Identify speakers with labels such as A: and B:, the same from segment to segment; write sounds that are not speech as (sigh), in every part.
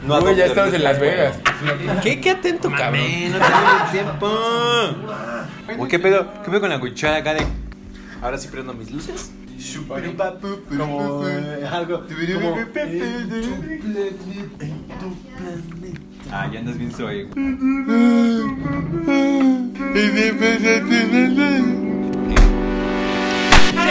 A: No
B: Güey, ya
A: adoptes
B: estamos en Las
A: niños,
B: Vegas.
A: ¿Qué, qué atento, cabrón.
C: Mame, no tengo tiempo.
A: Güey, ¿qué pedo? ¿Qué pedo con la cuchara acá de. Ahora sí prendo mis luces.
D: Como eh, algo. Como,
A: Ah, ya andas bien soy.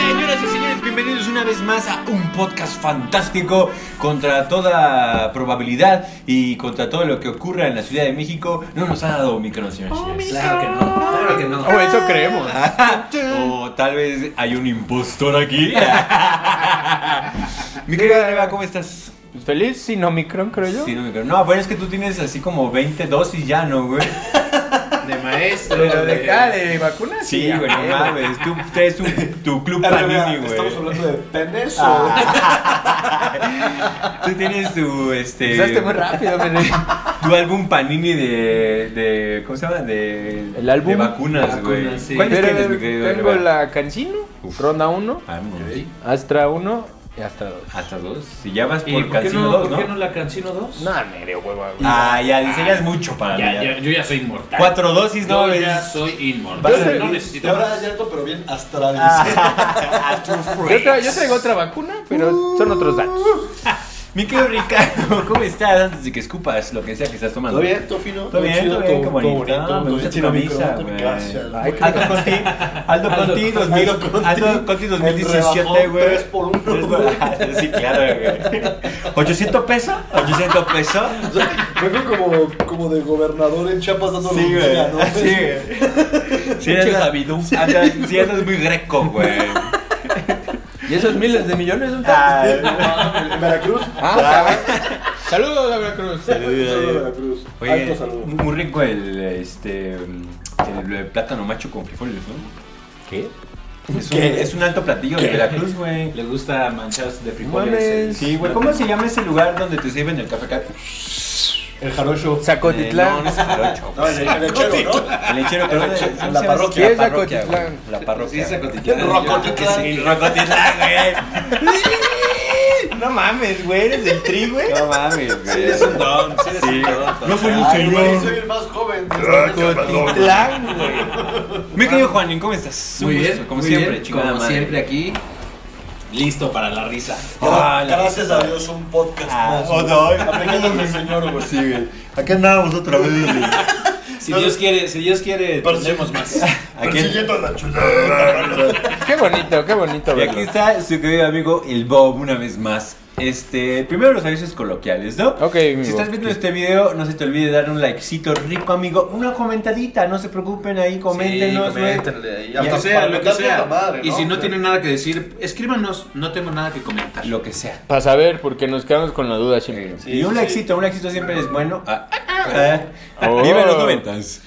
A: Señoras y señores, bienvenidos una vez más a un podcast fantástico contra toda probabilidad y contra todo lo que ocurra en la Ciudad de México. No nos ha dado Omicron, señoras y señores.
C: Claro que no, claro que no.
B: O Oh, eso creemos.
A: O tal vez hay un impostor aquí. Mi querida Reba, ¿cómo estás?
B: Feliz sin Omicron, creo yo.
A: Sí, no, Omicron. no, pero es que tú tienes así como 20 dosis ya, ¿no, güey?
C: De maestro.
B: Pero de acá, de vacunas.
A: Sí, güey, no mames. Tú traes tu, tu club
D: A ver,
A: Panini,
D: mira,
A: güey. Ah,
D: ¿Estamos hablando de penes
A: Tú tienes tu, este...
B: Usaste Pues muy rápido,
A: (laughs)
B: Feliz.
A: Tu álbum Panini de, de. ¿Cómo se llama? De.
B: ¿El álbum?
A: De vacunas, güey.
C: Vacunas, sí.
A: ¿Cuáles
B: Pero
A: tienes, mi querido?
B: Tengo
A: Reba?
B: la Cancino,
A: Uf.
B: Ronda 1,
A: Ah, no, sí.
B: Astra 1 y Astra 2.
A: Hasta dos. Si ya vas
C: ¿Y
A: por
C: por qué
A: Casino
C: no,
A: 2,
C: por qué
A: ¿no?
C: no la Cancino 2?
B: No, me dio hueva, güey.
A: Ah, ya, dice, ya es mucho para mí.
C: Ya,
A: ya.
C: ya, yo ya soy inmortal.
A: Cuatro dosis, no,
C: Yo ya
A: ves.
C: soy inmortal.
A: Vas a-
C: no
D: Y
C: necesito
D: ahora
C: más.
D: alto, pero bien
A: Ah,
D: astral.
B: Yo, tra- yo traigo otra vacuna, pero
A: Uh.
B: son otros datos.
A: Mi querido Ricardo, ¿cómo estás? Antes de que escupas lo que sea que estás tomando.
D: ¿Todo bien? ¿Todo fino?
A: Todo bien, todo bien, qué bonito. Me gusta tu camisa, güey.
D: Gracias.
B: Ay,
D: güey.
B: qué-
D: (laughs)
A: Aldo Conti, Aldo
C: Aldo
A: Conti,
C: Conti.
A: 2000,
D: Aldo Conti.
A: Aldo Conti 2017,
D: El rebajón
A: güey.
D: tres por uno.
A: Tres por- (laughs) Ah, Sí, claro, güey. ¿800 pesos? ¿800 pesos?
D: O sea, vengo como, como de gobernador en Chiapas dando
A: Sí, güey.
D: lucía, ¿no?
A: (laughs) Sí,
D: (laughs)
A: güey. Sí,
B: Pinche
A: andas-
B: Javidú.
A: andas- Sí, andas muy greco, güey.
B: Y esos miles de millones son
A: Ah,
D: (laughs) En Veracruz.
B: Ah, Saludos a Veracruz.
D: Saludos a Veracruz.
A: Oye,
D: Alto saludo.
A: muy rico el, este, el, plátano macho con frijoles, ¿no?
B: ¿Qué?
A: Es un, es un alto platillo de Veracruz, güey.
C: Le gusta manchados de
B: Mames.
C: frijoles.
A: Sí, güey. ¿Cómo se llama ese lugar donde te sirven el café acá?
D: El jarocho.
A: Eh, no,
B: Zacotitlán.
A: no es jarocho,
D: No,
A: güey.
D: el, el
A: (laughs)
D: lechero, ¿no?
A: El lechero, pero ¿cómo se llama?
D: La parroquia.
B: ¿Qué es
A: La parroquia,
B: Zacotitlán?
A: güey. La parroquia.
C: Sí,
A: güey.
C: Zacotitlán.
D: Rocotitlán.
A: Sí, Rocotitlán, güey. No mames, güey, eres del tri, güey. No mames, güey.
C: eres un don, sí eres un don.
A: No soy un
D: Ay, güey,
A: señor.
D: soy el más joven. este Zacotitlán.
A: Zacotitlán, güey. (laughs) Mi querido Juanín, ¿cómo estás? Un
C: Muy
A: gusto,
C: bien,
A: como
C: muy
A: siempre,
C: bien,
A: chingada
C: como
A: madre.
C: siempre aquí. Listo para la risa.
A: Ah, la
D: Gracias a Dios un podcast
A: Ah,
D: más.
A: oh,
D: güey.
A: no.
D: Aplicando mi señor, güey.
A: Sí, güey. Acá andábamos otra vez, güey.
C: Si Dios quiere, si Dios quiere,
D: Pero sí.
C: tendremos más.
A: Aquí
D: Persiguiendo la chulada.
B: Qué bonito, qué bonito.
A: Y aquí
B: verlo.
A: está su querido amigo el Bob una vez más. Este, primero los avisos coloquiales, ¿no?
B: Ok, mi
A: Si
B: Bob.
A: estás viendo este video, no se te olvide dar un likecito rico, amigo. Una comentadita, no se preocupen ahí, coméntenos,
C: Sí,
A: güey.
C: coméntenle, y
A: Ya,
C: Lo que
A: para
C: sea, lo que
D: meterle
C: sea.
D: la madre,
C: y
D: ¿no?
C: si no
D: O sea.
C: tienen nada que decir, escríbanos. No tengo nada que comentar. (laughs)
A: Lo que sea.
B: Para saber, porque nos quedamos con la duda siempre.
D: Sí,
A: y un
D: sí, Oh.
A: éxito, un éxito siempre es bueno. Ah, ah, ah.
B: Oh.
A: Viva los noventas.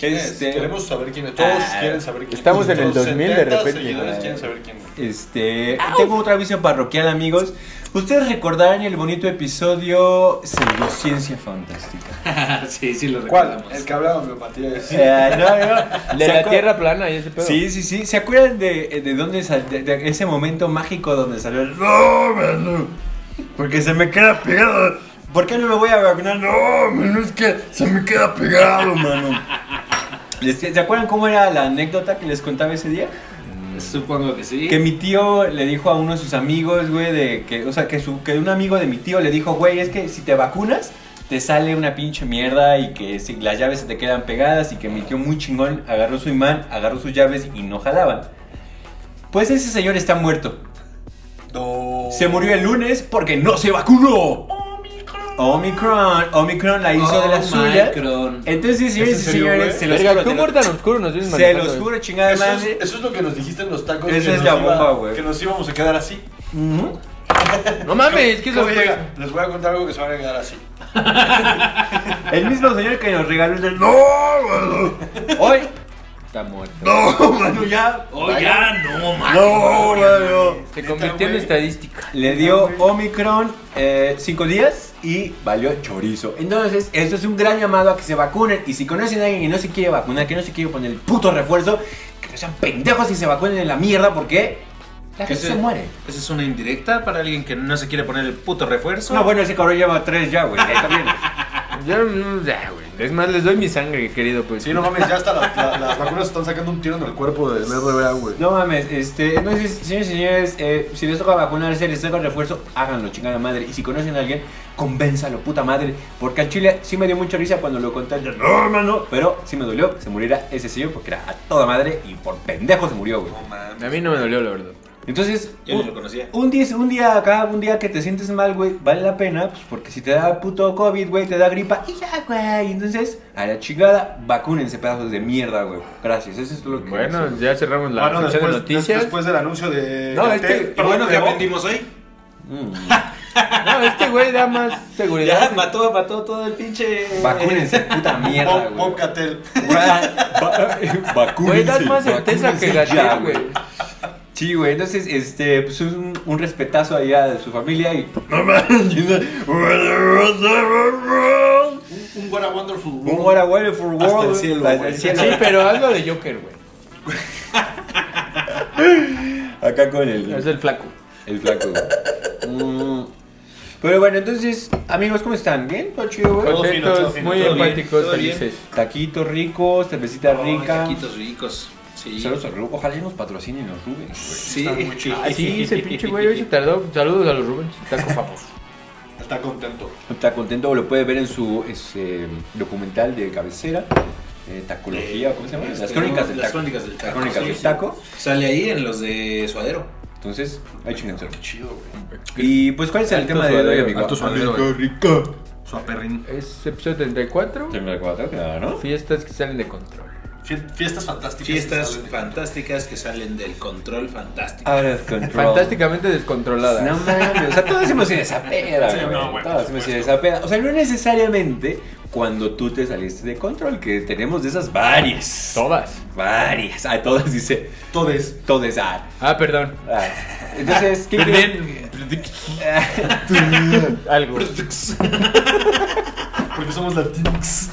D: Este,
A: Este,
D: queremos saber quién es. Todos
A: ah,
D: quieren saber quién es.
B: estamos en el
D: Nuestros
B: 2000 de
D: 70
B: repente.
D: seguidores quieren saber quién es.
A: este, tengo otro aviso parroquial, amigos. Ustedes recordarán el bonito episodio Pseudociencia Fantástica.
B: (laughs)
C: sí, sí, lo
D: ¿Cuál?
C: recordamos.
D: El que hablaba de homeopatía.
A: O sea, no, no.
B: De
A: ¿Se
B: la
A: acuer-
B: tierra plana y ese pedo.
A: Sí, sí, sí. ¿Se acuerdan de, de dónde sal- de, de ese momento mágico donde salió el no, man, no, Porque se me queda pegado. ¿Por qué no me voy a vacunar? No, mano, es que se me queda pegado, mano.
B: (laughs)
A: Les- ¿Se acuerdan cómo era la anécdota que les contaba ese día?
C: Supongo que sí.
A: Que mi tío le dijo a uno de sus amigos, güey, de que, o sea, que, su, que un amigo de mi tío le dijo, güey, es que si te vacunas, te sale una pinche mierda y que si las llaves se te quedan pegadas y que mi tío muy chingón agarró su imán, agarró sus llaves y no jalaban. Pues ese señor está muerto.
D: No.
A: Se murió el lunes porque no se vacunó. Omicron. Omicron la
C: Oh,
A: hizo de la suya.
C: Omicron.
A: Entonces, señores y
D: en serio,
A: señores,
D: güey?
A: se los
B: Verga,
A: juro,
B: qué
A: te lo-
B: humor tan oscuro nos vienes
A: se
B: manejando.
A: los
B: güey.
A: juro, chingada
D: Eso
A: madre.
D: es, eso es lo que nos dijiste en los tacos.
A: Esa
D: que
A: es
D: nos
A: la
D: iba-
A: bomba, güey.
D: Que nos íbamos a quedar así.
A: Ujú.
B: No mames, que eso
D: ¿Cómo
B: fue-
D: llega? Les voy a contar algo que se van a quedar así.
A: El mismo señor que nos regaló el no, mano. Hoy está muerto. No, mano, ya.
C: Oh, ya no, man.
A: No, mano.
B: Se convirtió en
D: güey.
B: estadística.
A: Le dio Omicron eh, cinco días y valió chorizo. Entonces, esto es un gran llamado a que se vacunen. Y si conocen a alguien que no se quiere vacunar, que no se quiere poner el puto refuerzo, que no sean pendejos y se vacunen en la mierda porque La
C: Que
A: gente
C: ese-
A: se muere.
C: Esa es una indirecta para alguien que no se quiere poner el puto refuerzo.
A: No, bueno, ese cabrón lleva tres ya, güey. Está bien.
B: Yo, mm, ya, güey. Es más, les doy mi sangre, querido, pues.
D: Sí, no mames, ya hasta las, la- las vacunas están sacando un tiro en el cuerpo del RBA, güey.
A: No mames, este, entonces, señores y señores, eh, si les toca vacunarse, les toca refuerzo, háganlo, chingada madre. Y si conocen a alguien, convénzalo, puta madre. Porque al chile sí me dio mucha risa cuando lo conté. Yo, no, hermano. Pero sí me dolió que se muriera ese señor porque era a toda madre y por pendejo se murió, güey.
C: No mames.
B: A mí no me dolió, la verdad.
A: Entonces,
C: Yo ni lo
A: un,
C: conocía.
A: un día, un día acá, un día que te sientes mal, güey, vale la pena, pues porque si te da puto COVID, güey, te da gripa y ya, güey. Entonces, a la chingada, vacúnense, pedazos de mierda, güey. Gracias, eso es lo que.
B: Bueno, ya cerramos la
D: Bueno,
B: sección de
D: Ah, después, des-
B: noticias.
D: después del anuncio de.
B: No,
D: del
B: este-
D: té,
B: y
C: Y
D: perdón,
C: bueno, ¿qué
D: pero-
C: aprendimos hoy?
A: Mm.
B: No, este güey da más seguridad.
C: mató, mató todo el pinche.
A: (laughs) Vacúnense, puta mierda,
D: Bob,
A: güey.
D: Bob Catel.
A: Va- Vacúnense.
B: Güey, das más certeza
A: vacúnense
B: que
A: ya,
B: Gatel, güey.
A: Sí, güey, entonces, este, pues un, un respetazo allá de su familia y... No mames,
D: Un, un What a Wonderful World.
A: Un hora bueno for world.
D: Hasta el cielo,
A: hasta
D: güey.
A: el cielo.
B: Sí, pero algo de Joker, güey.
A: Acá con el...
B: Es el flaco.
A: El flaco, güey. Mm. Pero bueno, entonces, amigos, ¿cómo están? ¿Bien? ¿Todo chido, güey?
D: Todo fino, todo
B: Contentos,
D: fino,
B: muy
C: todo bien,
B: empáticos,
C: todo bien.
B: felices.
A: Taquitos ricos, cervecita
C: Ay,
A: rica.
C: taquitos ricos. Sí.
A: Saludos al Rubén. Ojalá nos patrocinen los Rubens, güey.
C: Sí.
D: Están muy chidos.
B: Ay, sí, ese pinche güey hoy se tardó. Saludos a los Rubens. Taco papos.
D: Está contento.
A: Está contento, lo puede ver en su ese, documental de cabecera, eh, Tacología, ¿cómo se llama? Las
C: Este,
A: crónicas
C: no,
A: del
C: Las
A: taco.
C: crónicas del
A: Las
C: taco.
A: crónicas
C: sí,
A: del
C: sí.
A: taco.
C: Sale ahí en los de Suadero.
A: Entonces, ahí chingenselo.
D: Qué chido, güey.
A: Y pues, ¿cuál es el
B: Alto
A: tema de hoy,
B: suadero,
A: amigo?
B: alto suadero, güey.
A: rico.
D: Su aperrín.
B: (laughs) Es episodio 34.
A: Termina el cuatro, claro, ¿no?
B: Fiestas que salen de control.
D: Fie- Fiestas fantásticas.
C: Fiestas
D: que salen.
C: fantásticas que salen del control fantástico.
A: Out of control.
B: Fantásticamente descontrolada.
A: No mames, o sea, todos hemos ido a esa peda,
D: Sí,
A: güey.
D: no, güey,
A: todos
D: por
A: hemos ido a esa peda. O sea, no necesariamente cuando tú te saliste de control, que tenemos de esas varias.
B: Todas.
A: Varias. A todas dice,
D: Todes.
A: todes, ah,
B: Ah, perdón.
A: Ah, Entonces, ¿qué creen?
B: (laughs) Algo.
D: (laughs) Porque somos latinos.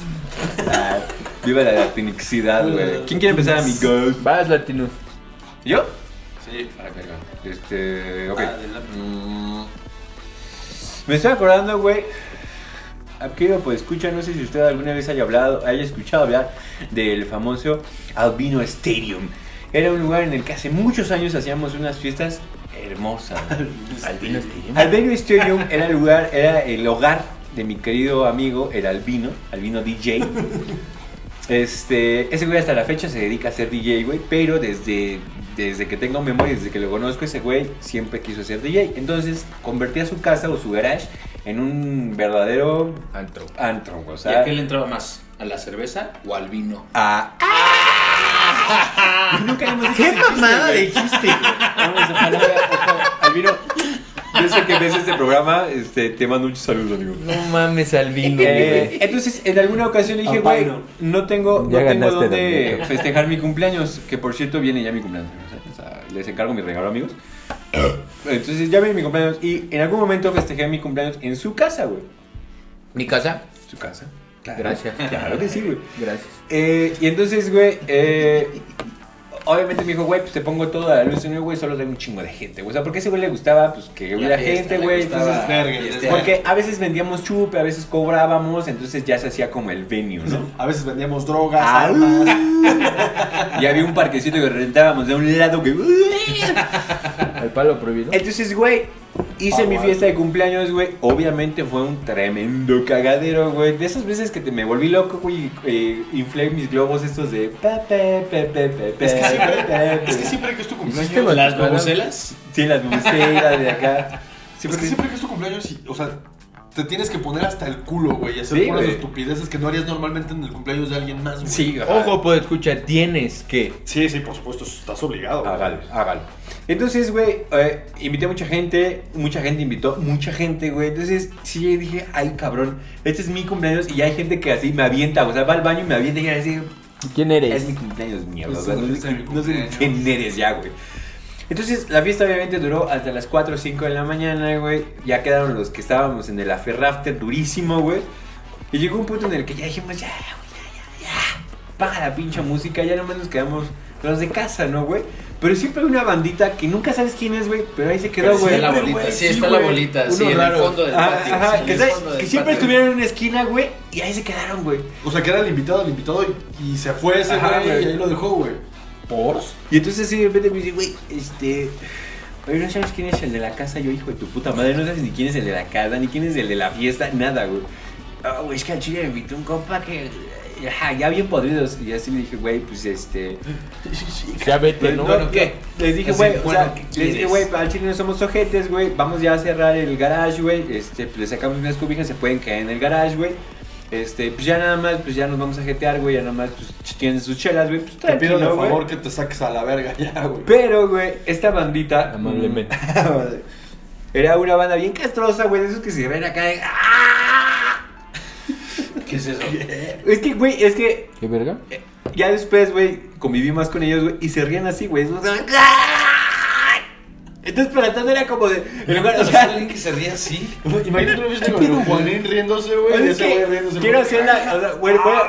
A: Ah, Viva la latinixidad, güey. ¿Quién quiere empezar, amigos?
B: Vas, latinos.
A: ¿Yo?
D: Sí.
A: Ah, perdón. Este, ok.
C: Adelante.
A: Mm. Me estoy acordando, güey. ah, Querido, pues escucha, no sé si usted alguna vez haya hablado, haya escuchado hablar del famoso Albino Stadium. Era un lugar en el que hace muchos años hacíamos unas fiestas hermosas.
B: (laughs) Albino Stadium.
A: Albino Stadium era el lugar, era el hogar de mi querido amigo, el Albino, Albino DJ. Este, ese güey hasta la fecha se dedica a ser DJ, güey, pero desde, desde que tengo memoria, desde que lo conozco, ese güey siempre quiso ser DJ. Entonces, convertía su casa o su garage en un verdadero
B: Antro.
A: antro, güey, o
C: ¿Y
A: sea,
C: a qué le entraba más? ¿A la cerveza o al vino?
A: a- (laughs) Nunca hemos dicho ¡Qué mamada de chiste! güey. Vamos, ojalá, ojalá. Albino, yo sé que ves este programa, este, te mando muchos saludos, amigo.
B: No mames, Albino.
A: Eh, entonces, en alguna ocasión le dije, güey, no tengo, no
B: Ah, Ya
A: tengo
B: ganaste,
A: dónde
B: Daniel.
A: festejar mi cumpleaños, que por cierto viene ya mi cumpleaños. O sea, les encargo mi regalo, amigos. Entonces, ya viene mi cumpleaños y en algún momento festejé mi cumpleaños en su casa, güey.
B: Mi casa.
A: ¿Su casa?
B: Gracias.
A: Claro que sí, güey.
B: Gracias.
A: Eh, y entonces, güey, eh, obviamente me dijo, güey, pues te pongo toda la luz en el güey, solo tengo un chingo de gente, güey. O sea, porque a ese güey le gustaba, pues, que hubiera gente, güey. Entonces, porque a veces vendíamos chupe, a veces cobrábamos, entonces ya se hacía como el venue,
D: (laughs)
A: ¿no?
D: A veces vendíamos drogas,
A: Ah.
D: armas.
A: Y había un parquecito que rentábamos de un lado que...
B: El palo prohibido.
A: Entonces, güey, hice
D: Ah,
A: mi
D: guau.
A: fiesta de cumpleaños, güey. Obviamente fue un tremendo cagadero, güey. De esas veces que te, me volví loco, güey, y, eh, inflé mis globos estos de... pa, pa, pa, pa, pa, pa,
D: Es que siempre-
A: pa, pa,
D: Es que
A: pa.
D: siempre que es
B: Hiciste
D: tu cumpleaños.
B: bastante.
C: ¿Las babucelas?
A: Sí, las buceras de acá. Sí,
D: Es que
A: porque-
D: siempre que es tu cumpleaños, y- o sea, te tienes que poner hasta el culo, güey. Y hacer
A: Sí,
D: puras
A: güey.
D: estupideces que no harías normalmente en el cumpleaños de alguien más, güey.
A: Sí, ajá.
B: Ojo, puedo escuchar. Tienes que.
D: Sí, sí, por supuesto, estás obligado. güey.
A: Hágalo, hágalo. Entonces, güey, eh, invité a mucha gente, mucha gente invitó, mucha gente, güey. Entonces, sí, dije, ay, cabrón, este es mi cumpleaños y ya hay gente que así me avienta, o sea, va al baño y me avienta y así,
B: ¿Quién
A: es
B: eres?
A: mi cumpleaños, mierda.
D: Es
A: o sea,
D: la
A: no,
D: fiesta
A: sé,
D: de mi
A: no sé ni
D: cumpleaños.
A: quién eres ya, güey. Entonces, la fiesta obviamente duró hasta las 4 o 5 de la mañana, güey. Ya quedaron los que estábamos en el aferrafter durísimo, güey. Y llegó un punto en el que ya dijimos, ya, güey, ya, ya, ya. paga la pinche música, ya nomás nos quedamos los de casa, ¿no, güey? Pero siempre hay una bandita que nunca sabes quién es, güey, pero ahí se quedó,
E: Pero sí
A: güey.
E: está la bolita,
A: Güey,
E: sí, está la
A: güey.
E: bolita,
A: Uno
E: sí, en el
A: raro.
E: fondo del
A: Ajá,
E: patio,
A: ajá,
E: sí,
A: que,
E: en el
A: sabes-
E: fondo del
A: que siempre
E: patio.
A: estuvieron en una esquina, güey, y ahí se quedaron, güey.
D: O sea, que era el invitado al invitado y, y se fue ese
A: Ajá,
D: güey
A: güey.
D: y ahí lo dejó, güey.
A: ¿Por? Y entonces así de repente me dice, güey, este... Oye, no sabes quién es el de la casa, yo hijo de tu puta madre, no sabes ni quién es el de la casa, ni quién es el de la fiesta, nada, güey. Ah, güey, es que al chile me invitó un compa que... Ajá, ya bien podridos. Y así le dije, güey,
E: (laughs)
A: pues este...
B: Ya vete, ¿no?
E: Bueno, ¿qué?
A: Les dije,
E: Así,
A: güey, o
E: bueno,
A: sea,
E: ¿qué
A: les dije,
E: quieres?
A: güey, al chile no somos ojetes, güey, vamos ya a cerrar el garage, güey, este, pues le sacamos unas cubijas, se pueden caer en el garage, güey, este, pues ya nada más, pues ya nos vamos a jetear, güey, ya nada más, pues ch- tienen sus chelas, güey, pues
D: Te pido
A: tranquilo,
D: de favor
A: güey.
D: que te saques a la verga ya, güey.
A: Pero, güey, esta bandita...
B: Amablemente.
A: (laughs) Era una banda bien castrosa, güey, de esos que se ven acá de... ¡Ah!
E: ¿Qué es eso?
A: Es que, güey, es que eh,
B: ¿Qué verga?
A: Ya después, güey, conviví más con ellos, güey, y se rían así, güey. "Ah". Entonces, para tanto era como de. en lugar- o sea,
E: alguien que se ríe así.
D: Imagínate lo viste con el Juanín riéndose, güey. Pues y
A: Pues es
D: ese güey
A: que
D: riéndose.
A: quiero
D: güey.
A: hacerla. o sea, (laughs) güey, voy a.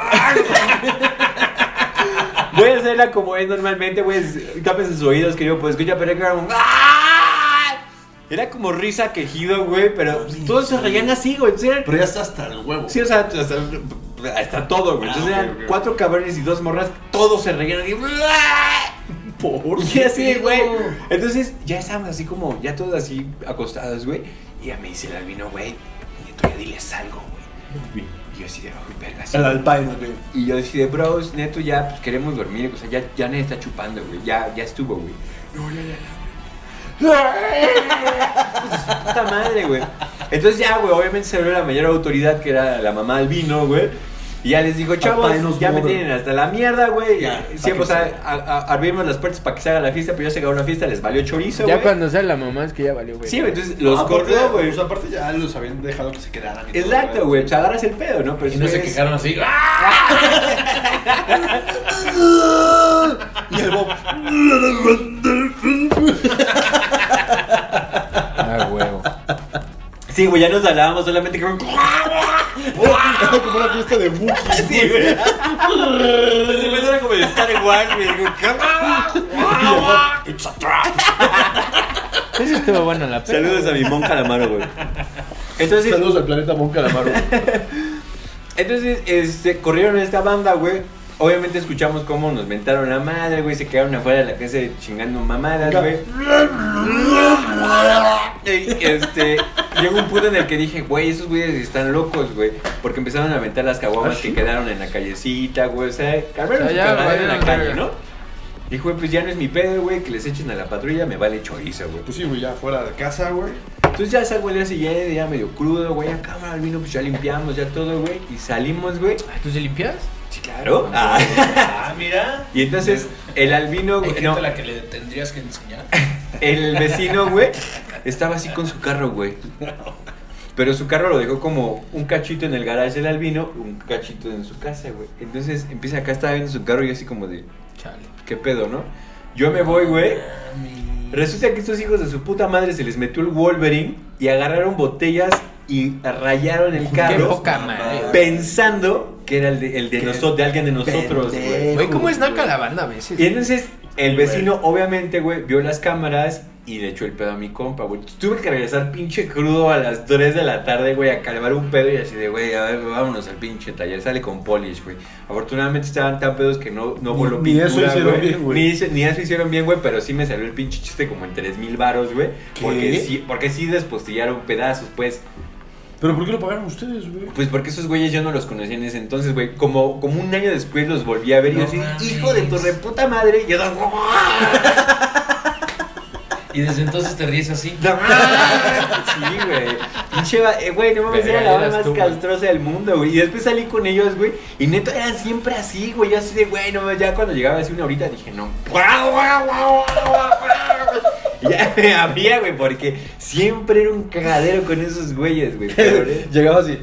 A: Voy a hacerla como es normalmente, güey. Tapes sus oídos, que yo pues escucha, pero era como. Era como risa, quejido, güey, pero todos se reían así, güey. Entonces eran-
D: Pero ya está hasta el huevo.
A: Sí, o sea, hasta, hasta todo, güey. Entonces eran cuatro cabrones y dos morras, todos se reían así.
D: (laughs)
A: ¿Por Y así, güey. Entonces ya estábamos así como, ya todos así acostados, güey. Y ya me dice el albino, güey, nieto, ya diles algo, güey. Y yo así de, "Ay, verga, sí".
D: El alpine, güey.
A: Y yo así de, bros, neto, ya pues, queremos dormir. O sea, ya, ya nadie está chupando, güey. Ya, ya estuvo, güey. No, ya, ya, ya.
D: (laughs)
A: puta madre, güey. Entonces ya, güey, obviamente se ve la mayor autoridad que era la mamá albino, güey. Y ya les digo, chavos,
D: Papá y nos
A: ya me
D: morde.
A: tienen hasta la mierda, güey.
D: Ya,
A: Siempre, o
D: pa' que
A: sea, a- a- abrimos las puertas para que se haga la fiesta, pero ya se acabó la fiesta, les valió chorizo,
B: Ya
A: güey.
B: cuando sea la mamá es que ya valió, güey.
A: Sí, güey, entonces los
D: Aparte,
A: cortó, güey.
D: pues, aparte ya los habían dejado que se quedaran. y todo,
A: Exacto, güey. O sea, agarras el pedo, ¿no? Pero
E: Y no se
A: es-
E: quejaron así. ¡Ah!
D: Y el Bob.
B: Ah, huevo.
A: Sí, güey, ya nos hablábamos solamente que...
D: Era como una fiesta de Wookiees.
A: Sí, güey. Se me suena como de Star Wars, güey. Como,
B: (laughs)
D: Pues
B: Eso estuvo bueno la pena.
A: Saludos a mi mon calamaro, güey. Entonces,
D: Saludos al planeta Mon Calamaro.
A: entonces este, corrieron esta banda, güey. Obviamente escuchamos cómo nos mentaron la madre, güey. Se quedaron afuera de la casa chingando mamadas,
D: Ya.
A: güey. Y, Este, llegó un punto en el que dije, güey, esos güeyes están locos, güey. Porque empezaron a aventar las caguamas que quedaron en la callecita, güey. O sea,
B: O sea,
A: cargaron su
B: ya
A: cagadero en la
B: valieron
A: calle,
B: verga.
A: ¿no? Dije, güey, pues ya no es mi pedo, güey, que les echen a la patrulla, me vale chorizo, güey.
D: (laughs) Pues sí, güey, ya fuera de casa, güey.
A: Entonces ya salgo el día siguiente, ya medio crudo, güey, a cámara al vino, pues ya limpiamos, ya todo, güey, y salimos, güey.
B: Ah, ¿Tú se limpias?
A: Sí, claro. Ah,
E: Ah, mira.
A: (laughs) y entonces el albino,
E: Hay
A: güey,
E: gente
A: no,
E: a la que le tendrías que enseñar.
A: el vecino, güey, estaba así con su carro, güey. Pero su carro lo dejó como un cachito en el garage del albino, un cachito en su casa, güey. Entonces empieza acá, estaba viendo su carro y yo así como de,
B: Chale.
A: ¿qué pedo, no? Yo me voy, güey.
E: Mami.
A: Resulta que estos hijos de su puta madre se les metió el Wolverine y agarraron botellas y rayaron el
B: Qué
A: carro.
B: poca madre. güey.
A: pensando que era el de, el de nosotros, de alguien de nosotros, güey.
B: Güey, ¿cómo es naca la banda a veces?
A: Y entonces el vecino, obviamente, güey, vio las cámaras y le echó el pedo a mi compa, güey. Tuve que regresar pinche crudo a las 3 de la tarde, güey, a calmar un pedo y así de, güey, a ver, vámonos al pinche taller. Sale con polish, güey. Afortunadamente estaban tan pedos que no, no
D: Ni-
A: voló
D: ni eso hicieron bien, güey.
A: Ni, hice- ni eso hicieron bien, güey, pero sí me salió el pinche chiste como en 3 mil varos, güey.
D: ¿Qué?
A: Porque sí, porque sí despostillaron pedazos, pues.
D: ¿Pero por qué lo pagaron ustedes, güey?
A: Pues porque esos güeyes yo no los conocía en ese entonces, güey. Como, como un año después los volví a ver y
E: No
A: yo así,
E: mames.
A: hijo de tu reputa madre. Y yo,
E: Y desde entonces te ríes así.
A: Ah. sí, güey. Pinche, va- eh, güey, no mames,
B: Verga,
A: era la
B: ya
A: hora más
B: estuvo.
A: castrosa del mundo, güey. Y después salí con ellos, güey. Y neto eran siempre así, güey. Yo así de, güey, no mames, ya cuando llegaba así una horita dije, no. Y ya me (laughs) había, güey, porque siempre era un cagadero con esos güeyes, güey. Pero, eh,
D: Llegaba así.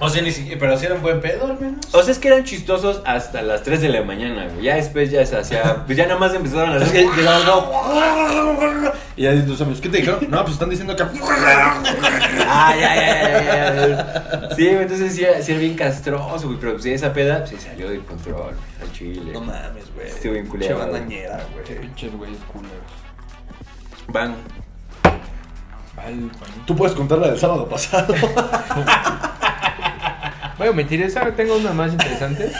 E: O sea, ni siquiera, pero si eran buen pedo al menos.
A: O sea, es que eran chistosos hasta las 3 de la mañana, güey. Ya después ya se hacía. Pues ya nada más empezaron a hacer. que llegaban
D: (laughs)
A: como-
C: Y ya tus amigos, ¿qué te dijeron? No, pues están diciendo que.
A: Ay, ay, ay, ay, ay. Sí, güey, entonces sí era, sí era bien castroso, güey. Pero pues esa peda pues, se salió del control, güey, al chile.
F: No mames, güey.
A: Estuvo bien culero,
F: Che
A: güey.
F: bandañera, güey.
D: Pinches güeyes culeros.
A: Van.
D: (laughs) Tú puedes contar la del sábado pasado.
B: Voy a omitir esa, tengo una más (laughs) interesante.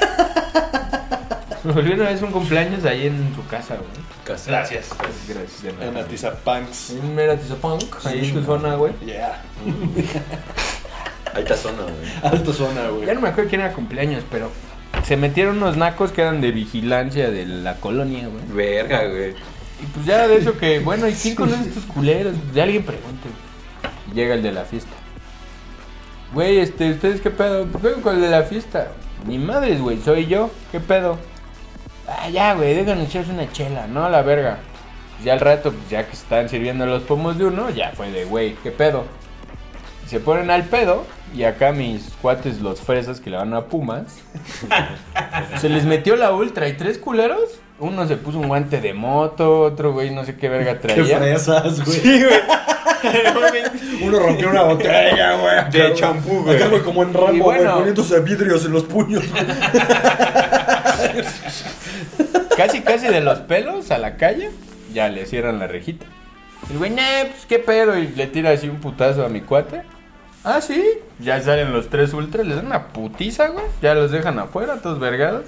B: Me volvió una vez un cumpleaños ahí en su casa, güey.
E: Gracias.
B: Gracias de
D: En
B: nada.
D: Atizapanks.
B: Un era Tizopunk, ahí en tu zona, güey.
D: (laughs) Yeah.
A: Alta zona, güey.
D: Alta zona, güey.
B: Ya no me acuerdo quién era cumpleaños, pero se metieron unos nacos que eran de vigilancia de la colonia, güey.
A: Verga, güey.
B: Y pues ya de eso que, bueno, ¿y quién conoce estos culeros? De alguien pregunte. Y llega el de la fiesta. Güey, este, ¿ustedes qué pedo? Pues vengo con el de la fiesta. Ni madres, güey, soy yo. ¿Qué pedo? Ah, ya, güey, déjanos echarse una chela, ¿no? A La verga. Pues ya al rato, pues ya que están sirviendo los pomos de uno, ya fue de, güey, ¿qué pedo? Se ponen al pedo y acá mis cuates, los fresas que le van a Pumas, (laughs) se les metió la ultra y tres culeros. Uno se puso un guante de moto, otro güey no sé qué verga
D: Qué
B: traía.
D: fresas, güey. (laughs) Uno rompió una botella, güey.
A: De champú, güey.
D: Acá, güey, como en Rambo,
B: Y
D: güey,
B: bueno.
D: poniéndose vidrios en los puños. güey.
B: casi, casi de los pelos a la calle, ya le cierran la rejita. El güey, "Nah, pues qué pedo, y le tira así un putazo a mi cuate. Ah, sí, ya salen los tres ultras, les dan una putiza, güey. Ya los dejan afuera, todos vergados.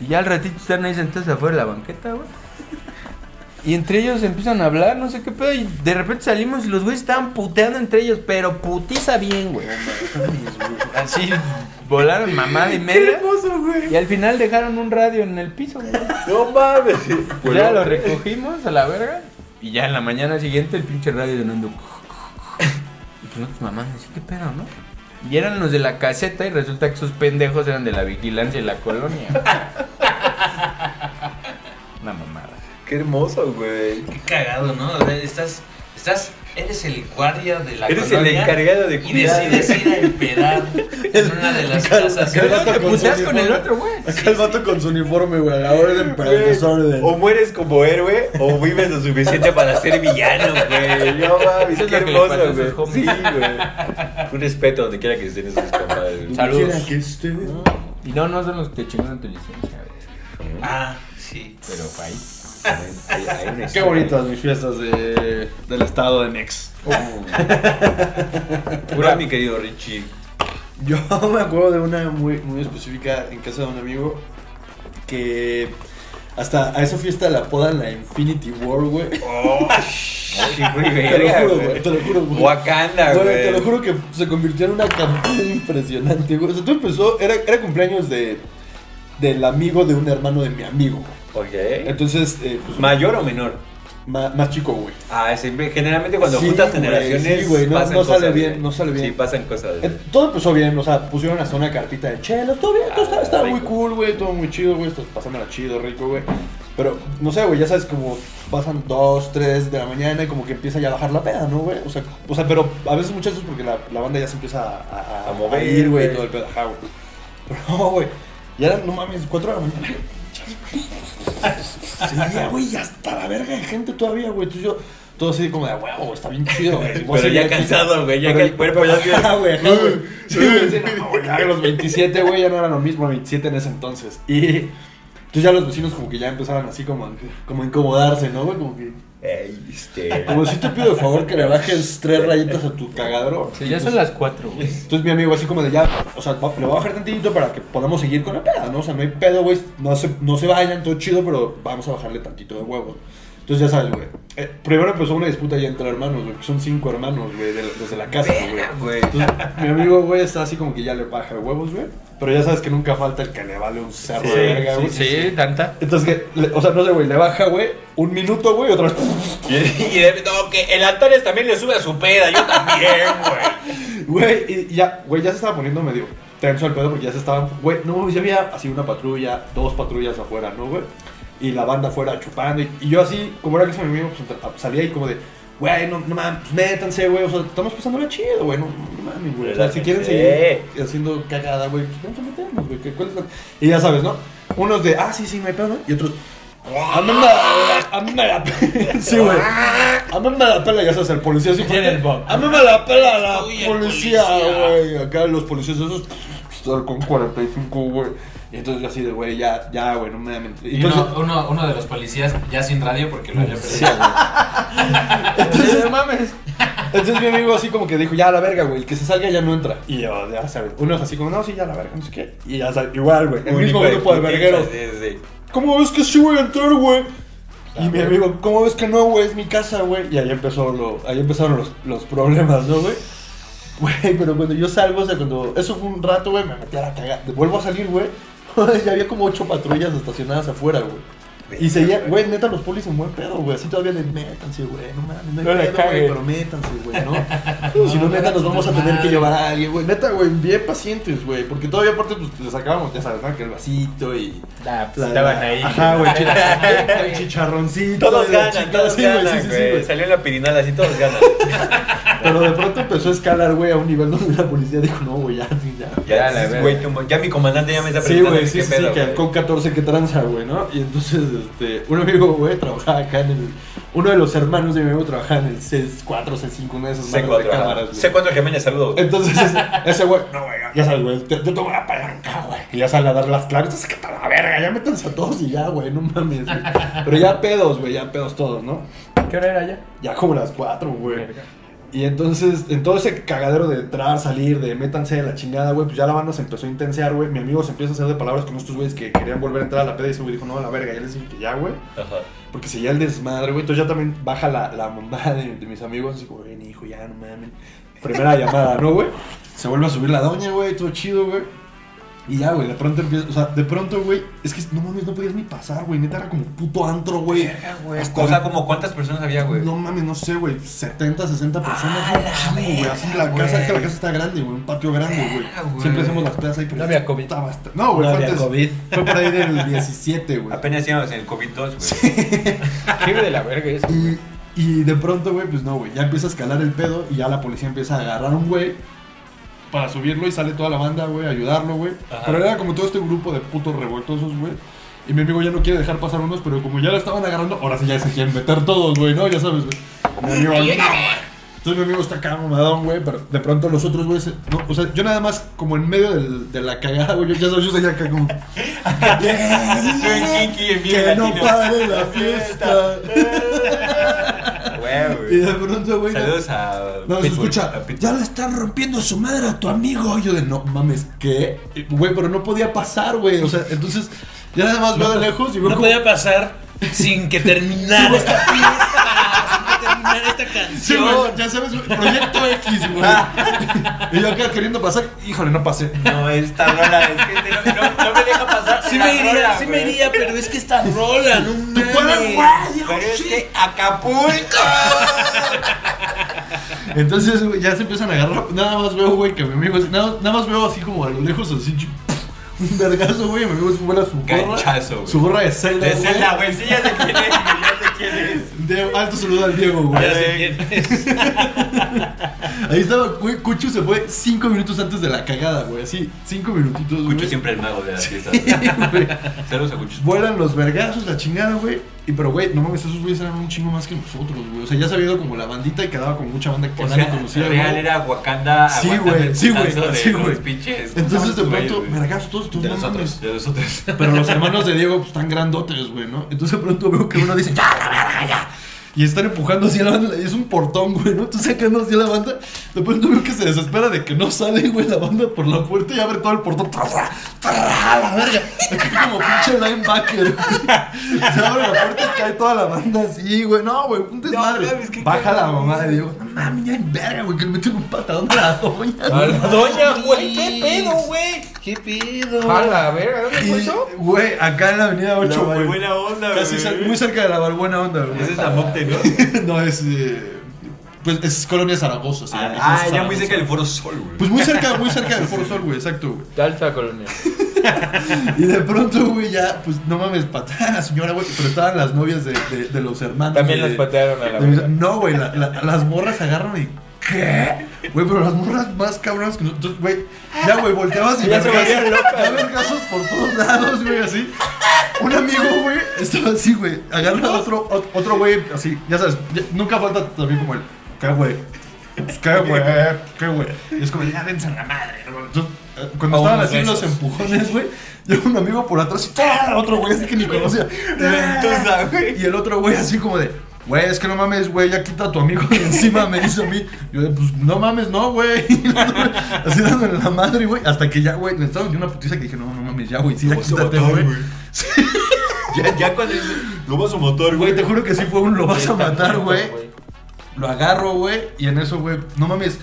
B: Y ya al ratito están ahí sentados afuera de la banqueta, güey. Y entre ellos empiezan a hablar, no sé qué pedo, y de repente salimos y los güeyes estaban puteando entre ellos, pero putiza bien, güey. Así volaron mamada y media. Y al final dejaron un radio en el piso, güey.
A: No mames.
B: Pues ya lo recogimos a la verga. Y ya en la mañana siguiente el pinche radio sonando. Y pues nosotros mamá, así que pedo, ¿no? Y eran los de la caseta y resulta que esos pendejos eran de la vigilancia de la colonia. Una mamada.
A: Qué hermoso, güey.
E: Qué cagado, ¿no? O sea, estás, estás, eres el guardia de la
A: Eres el
E: colonia
A: encargado de
E: y
A: cuidar.
E: decides ir a empedar
A: (laughs)
E: en una de las casas.
D: Acá el vato
B: Te
D: con su
B: puteas con el
D: uniforme.
B: otro, güey.
D: Acá el vato con su uniforme, güey. Oh, A la orden, pero el
A: Güey,
D: desorden.
A: O mueres como héroe o vives lo suficiente para ser villano, güey. No mames,
B: Eso es
A: qué
B: lo que le pasó a
A: hermoso,
B: esos
A: güey. Sí, güey. Un respeto donde quiera que estén esos compadres.
B: Saludos.
D: Quiera que esté.
B: Y no, no son los que chingaron tu licencia, güey.
E: Ah, sí.
B: Pero fue ahí.
A: Hay- hay una
D: Qué
A: historia.
D: bonitas mis fiestas de, del estado de Mex.
A: Pura, mi querido Richie.
D: Yo (laughs) me acuerdo de una muy, muy específica en casa de un amigo que hasta a esa fiesta la apodan la Infinity War, güey. (laughs)
A: Sí, güey,
D: Oh, Te lo
A: verga,
D: juro, güey. Te lo juro,
A: (laughs)
D: güey.
A: Wakanda,
D: Güey,
A: güey.
D: te lo juro que se convirtió en una campaña impresionante, güey. O sea, todo empezó, era, era cumpleaños de, del amigo de un hermano de mi amigo. güey.
A: Ok.
D: Entonces, eh, pues,
A: ¿Mayor o menor?
D: ma- más chico, güey.
A: Ah, siempre- generalmente cuando
D: Sí,
A: juntas
D: güey,
A: generaciones.
D: sí, güey, no-
A: pasan
D: no sale
A: cosas,
D: bien,
A: güey.
D: no sale bien.
A: Sí, pasan cosas. güey.
D: Eh, Todo empezó bien, o sea, pusieron hasta una cartita de chelas, todo bien, todo estaba, estaba
A: Ah,
D: muy
A: rico.
D: cool, güey, todo muy chido, güey, estás pasándola chido, rico, güey. Pero, no sé, güey, ya sabes, como pasan 2, 3 de la mañana y como que empieza ya a bajar la peda, ¿no, güey? O sea, o sea, pero a veces muchas veces porque la, la banda ya se empieza a, a,
A: A mover,
D: ir, güey,
A: güey.
D: y todo el pedo, ajá, güey. Pero no, güey, ya eran, no mames, 4 de la mañana. (laughs) Seguía, güey, y hasta la verga de gente todavía, güey. Entonces yo, todo así como de, "A huevo, está bien chido, güey. Voy
A: Pero
D: a
A: ya
D: seguir aquí".
A: cansado, güey. Ya
D: pues, Pero-
A: que el cuerpo
D: (laughs)
A: ya tiene.
D: Ah, güey, ajá, güey. Sí, güey, sí, (laughs) no, güey, ya los 27, güey, ya no era lo mismo, 27 en ese entonces. Y entonces ya los vecinos como que ya empezaban así como, como a incomodarse, ¿no, güey? Como que,
A: Ey,
D: (laughs)
A: este.
D: como si te pido de favor que le bajes tres rayitas a tu cagadero.
B: Sí, ya son las cuatro, güey.
D: Entonces mi amigo así como de ya, o sea, va- le voy a bajar tantito para que podamos seguir con la peda, ¿no? O sea, no hay pedo, güey, no se, no se vayan, todo chido, pero vamos a bajarle tantito de huevos. Entonces ya sabes, güey. eh, primero empezó una disputa ya entre hermanos, güey, que son cinco hermanos, güey, de- desde la casa, güey.
A: Güey.
D: Entonces, mi amigo, güey, está así como que ya le baja de huevos, güey. Pero ya sabes que nunca falta el que le vale un cerro de verga, güey.
B: Sí, tanta.
D: Entonces, que, le- o sea, no sé, güey, le baja, güey, un minuto, güey, y otra vez.
A: Y, y de- no, que el Antares también le sube a su peda. Yo también, güey.
D: Güey, y ya, güey, ya se estaba poniendo medio tenso el pedo porque ya se estaban, güey, no, ya había así una patrulla, dos patrullas afuera, ¿no, güey? Y la banda afuera chupando, y, y yo así, como era que se me amigo, pues, entra- salía ahí como de, güey, no, no mames, pues métanse, güey, o sea, estamos pasándola chido, güey, no, no mames, güey. O sea, si quieren seguir
F: Relájense.
D: haciendo cagada, güey, pues vamos a meternos, güey, que- ¿cuál es la- Y ya sabes, ¿no? Unos de, ah, sí, sí, no hay pedo, ¿no? y otros... A mí me la- a mí me la pela. Sí, güey. A mí me la pela, ya sabes, el policía sí.
B: Tiene el bob.
D: A mí me la pela la
E: Soy el
D: policía,
E: policía.
D: güey. Acá los policías esos estar con 45, güey. Y entonces yo así de, güey, ya, ya, güey, no me da mentira.
E: Y
D: Entonces,
E: uno, uno, uno de los policías ya sin radio porque lo había
D: Sí,
E: perdido.
D: güey.
B: Entonces, no mames.
D: Entonces mi amigo así como que dijo, ya la verga, güey, el que se salga ya no entra. Y yo, ya sabes, uno es así como, no, sí, ya la verga, no sé qué. Y ya sabes, igual, güey, el mismo grupo de vergueros. ¿Cómo ves que sí voy a entrar, güey? Y mi amigo, ¿cómo ves que no, güey? Es mi casa, güey. Y ahí, empezó lo, ahí empezaron los, los problemas, ¿no, güey? Güey, pero cuando yo salgo, o sea, cuando... Eso fue un rato, güey, me metí a la cagada. Vuelvo a salir, güey. (laughs) ya había como ocho patrullas estacionadas afuera, güey. Y seguía, güey, neta, los polis en buen pedo, güey. Así todavía de métanse, güey. No mames, no hay
B: No la
D: pedo, güey,
B: caguen.
D: pero métanse, güey, (laughs) ¿no? si no, neta, nos vamos a tener que llevar a alguien, güey. Neta, güey, bien pacientes, güey. Porque todavía, aparte, pues, les sacábamos, ya sabes, ¿no? Que el vasito y...
B: Nah, pues
D: La-
B: estaban
D: la-
B: ahí.
D: Ajá,
F: (laughs)
D: güey, chich- el chicharroncito.
F: Todos
D: de la
F: ganan,
D: chica,
F: todos
D: sí, güey,
F: ganan,
D: sí, sí, sí,
F: güey.
D: güey.
F: Salió en la pirinal así, todos ganan.
D: Pero de pronto empezó a escalar, güey, a un nivel donde la policía dijo, no, güey, ya, sí, ya.
F: Ya,
B: Ya, la
F: dices,
B: verga.
F: güey, como- ya mi comandante ya me está
D: Sí,
F: preguntando
D: güey, sí,
F: qué
D: sí, sí,
F: pedo,
D: que
F: güey.
D: con 14 que tranza, güey, ¿no? Y entonces, este, un amigo, güey, trabajaba acá en el... Uno de los hermanos de mi amigo trabajaba en el C4, C5, una de esas madres de
F: C4,
D: cámaras,
F: ajá.
D: güey.
F: C4 Jiménez, saludos. (laughs)
D: Entonces, ese- ese güey, no, güey, ya sabes, güey, te- yo tengo la palanca, güey. Y ya sale a dar las claves, es que para la verga, ya métanse a todos y ya, güey, no mames, güey. Pero ya pedos, güey, ya pedos todos, ¿no?
B: ¿Qué hora era ya?
D: Ya como las cuatro, güey. Y entonces, en todo ese cagadero de entrar, salir, de métanse de la chingada, güey, pues ya la banda se empezó a intensear, güey. Mi amigo se empieza a hacer de palabras con estos güeyes que querían volver a entrar a la peda y ese güey dijo, no, a la verga, ya les dije que ya, güey. (laughs)
F: Ajá.
D: Porque seguía el desmadre, güey. Entonces ya también baja la, la bombada de, de mis amigos. Así como, ven, hijo, ya no mames. Primera llamada, ¿no, güey? Se vuelve a subir la doña, güey. Todo chido, güey. Y ya, güey, de pronto empieza. O sea, de pronto, güey. Es que no mames, no podías ni pasar, güey. Neta era como puto antro, güey. Hasta
F: O sea, como cuántas personas había, güey.
D: no mames, no sé, güey. 70, 60 personas. güey, güey. Así la casa, es que la casa está grande, güey. Un patio grande, güey. Siempre hacemos las plazas ahí, pero.
B: No había COVID.
D: estaba hasta- No, güey, fue antes- Fue por ahí del 17, güey.
F: Apenas íbamos en el COVID-2, güey.
B: Qué de la verga es.
D: Y, y de pronto, güey, pues no, güey. Ya empieza a escalar el pedo y ya la policía empieza a agarrar a un güey para subirlo y sale toda la banda, güey, a ayudarlo, güey.
F: Ajá.
D: Pero era como todo este grupo de putos revoltosos, güey. Y mi amigo ya no quiere dejar pasar unos, pero como ya la estaban agarrando, ahora sí ya se quieren meter todos, güey, ¿no? Ya sabes, güey. Mi amigo, no, güey. Entonces mi amigo está acá mamadón, güey, pero de pronto los otros, güey, se- no, o sea, yo nada más como en medio del- de la cagada, güey, yo ya sabes, yo seguía acá
F: (laughs)
D: como... (laughs)
F: en Kinky, en vivo
D: que no
F: latino.
D: pare la fiesta.
F: Güey, güey.
D: Y de pronto, güey.
F: Saludos a.
D: No, se
F: Pitbull,
D: escucha.
F: a Pitbull.
D: Ya le están rompiendo su madre a tu amigo. Y yo de no mames, ¿qué? Y, Güey, pero no podía pasar, güey. O sea, entonces, ya nada más veo de lejos y veo
E: No
D: como.
E: podía pasar sin que terminara esta fiesta, sin que terminara esta
D: Sí, güey,
E: canción.
D: ya sabes, güey, Proyecto X,
F: (laughs)
D: güey. y yo acá queriendo pasar. Híjole, no pasé.
F: No, esta rola, es que te- no, no, no me deja pasar.
E: Sí
F: la
E: me iría,
F: rola,
E: sí me
F: güey.
E: iría, pero es que esta rola, no
D: ¿Tú puedes,
E: mames.
D: güey?
F: Pero es que Acapulco.
D: (laughs) Entonces, güey, ya se empiezan a agarrar. Nada más veo, güey, que mi amigo. es- Nada, nada más veo así como a lo lejos, así. ch- Un vergazo, güey. y Mi amigo se vuela su gorra.
F: Ganchazo, güey.
D: Su gorra de celda.
F: De
D: güey.
F: Zelda, güey. Sí, ya sé quién es, güey, ya sé quién es.
D: De alto saludo al Diego, güey.
E: Ya sé quién es.
D: Ahí estaba, güey, Cucho se fue cinco minutos antes de la cagada, güey. Así, cinco minutitos, güey.
F: Cucho
D: (laughs)
F: siempre el mago de las fiestas.
D: Güey,
F: Saludos a Cucho.
D: Vuelan los vergazos, la chingada, güey. Y pero, güey, no mames, esos güeyes eran un chingo más que nosotros, güey. O sea, ya se había ido como la bandita y quedaba con mucha banda que
F: O
D: nadie
F: sea,
D: conocía,
F: real
D: güey.
F: era Wakanda.
D: Sí,
F: aguantando
D: güey,
F: el
D: sí, güey,
F: putazo de
D: sí, güey.
F: los pinches.
D: Entonces, de
F: Güey,
D: pronto,
F: güey.
D: vergazos todos, todos
F: De
D: no
F: los
D: mames.
F: otros, de los otros. (laughs)
D: Pero los hermanos de Diego, pues, están grandotes, güey, ¿no? Entonces, de pronto veo que uno dice, ya, la verga, ya. Y están empujando así a la banda, y es un portón, güey, ¿no? Tú sacando así a la banda. De pronto veo que se desespera de que no sale, güey, la banda por la puerta y abre todo el portón. ¡Tra, tra, tra, a la verga! Aquí como pinche linebacker, güey. Se abre la puerta y cae toda la banda así, güey. No, güey, un desmadre.
F: mames, qué
D: Baja la
F: cagado.
D: mamá de Diego. No mames, ya en verga, güey, que le meten un patadón a la doña. güey.
B: doña,
E: ¿Qué pedo, güey? ¿Qué pedo?
B: A la verga, ¿dónde
D: Y,
B: fue eso?
D: Eh, Güey, acá en la avenida 8,
F: La
D: güey.
F: buena onda,
D: Casi
F: güey.
D: cer- muy cerca de la Balbuena Onda, güey.
F: Esa es la Mocte, ¿no?
D: (laughs) no, es. eh, pues es Colonia Zaragoza, se llama.
F: Ah,
D: Es Pues,
F: ya muy
D: Zaragoza.
F: cerca del Foro Sol, güey. (laughs)
D: Pues muy cerca, muy cerca del Foro Sol, güey, exacto, güey.
B: Salsa colonia.
D: Y de pronto, güey, ya, pues no mames, patada a la señora, güey. Pero estaban las novias de, de- de los hermanos.
B: También
D: güey,
B: las
D: de-
B: patearon a la
D: de mis-
B: verga.
D: No, güey, la- la- las morras agarran y. ¿Qué? Güey, pero las morras más cabronas que nosotros, güey. Ya, güey, volteabas y
B: Ya se
D: vergazos-
B: volvieron locas.
D: ya vergazos por todos lados, güey, así. Un amigo, güey, estaba así, güey. Agarra a otro, ot- otro güey, así. Ya sabes, ya- nunca falta también como el. ¿Qué, güey? Pues, ¿Qué, güey? ¿Qué, güey? Y es como, ya dense la madre, ¿no? Entonces, eh, Cuando
C: A
D: estaban
C: unos
D: así los
C: besos.
D: empujones, güey, llegó un amigo por atrás y ¡tá! otro güey así que
C: (laughs)
D: ni conocía.
C: Ventosa, güey.
D: Y el otro güey así como de, güey, es que no mames, güey, ya quita a tu amigo de encima, me dice a mí. Yo de, pues no mames, no, güey. (laughs) Y el otro, Así dándole la madre, güey. Hasta que ya, güey, me estaban dando una putiza que dije, no, no mames, ya, güey, sí, ya
A: Lo vas a
D: quítate,
A: matar,
D: güey.
A: güey.
D: (laughs)
A: Ya, ya cuando dice, lo vas a matar,
D: Güey,
A: güey.
D: te juro que sí fue un lo vas a matar,
B: Tanto,
D: güey. Lo agarro, güey, y en eso, güey, no mames.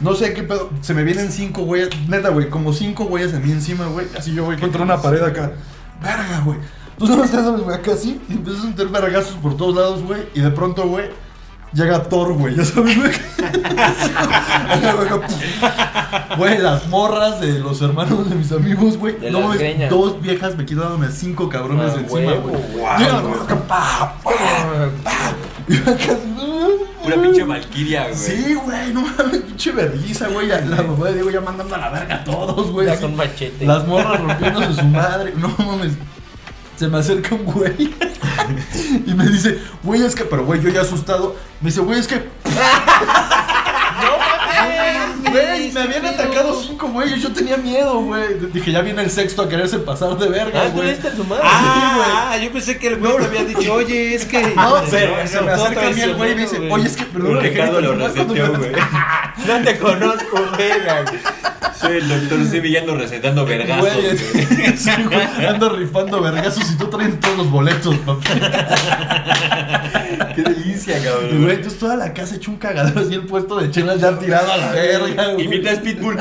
D: No sé qué pedo, se me vienen cinco güeyes, neta, güey, como cinco güeyes a mí encima, güey. Así yo, güey, contra una pared acá. Verga, güey. Tú sabes, te sabes, güey, acá sí. Y empiezas a meter vergazos por todos lados, güey. Y de pronto, güey, llega Thor, güey. Ya sabes, güey. (laughs) Acá, güey, acá, pum. Güey, las morras de los hermanos de mis amigos, güey.
B: De
D: No,
B: las
D: mames,
B: greñas.
D: dos viejas me quitaron a cinco cabrones
B: Ah,
D: encima,
B: huevo, Ah,
D: güey.
B: guau,
D: Llegan, güey, acá, pa, pa. Y acá,
A: Una pinche valquiria, güey.
D: Sí, güey, no mames, pinche vergüenza, güey. La la mamá de Diego ya mandando a la verga a todos, güey.
B: Ya
D: así.
B: con machete.
D: Las morras rompiéndose su madre. No mames. Se me acerca un güey (laughs) y me dice, güey, es que, pero güey, yo ya asustado. Me dice, güey,
B: (laughs)
D: es que. Güey, me habían atacado cinco güeyes, yo tenía miedo, güey. Dije, ya viene el sexto a quererse pasar de verga,
B: Ah, tú le
D: güey.
B: diste a su madre.
C: Ah, ah, yo pensé que el güey te había dicho, oye, es que.
D: No, se,
B: no,
D: se me acerca a mí el güey y me dice,
B: güey.
D: oye, es que, perdón,
A: Ricardo lo reseteó, güey. (laughs)
B: No te conozco, verga. güey.
A: Soy el doctor Sebi ya ando recetando vergazos,
D: Güey,
A: güey.
D: (laughs) sí, güey, ando rifando vergazos y tú traes todos los boletos, papá.
A: Qué delicia,
D: Y,
A: cabrón.
D: güey, entonces toda la casa hecho un cagadero así el puesto de chelas ya tirado a la verga, güey.
A: Imitas Pitbull.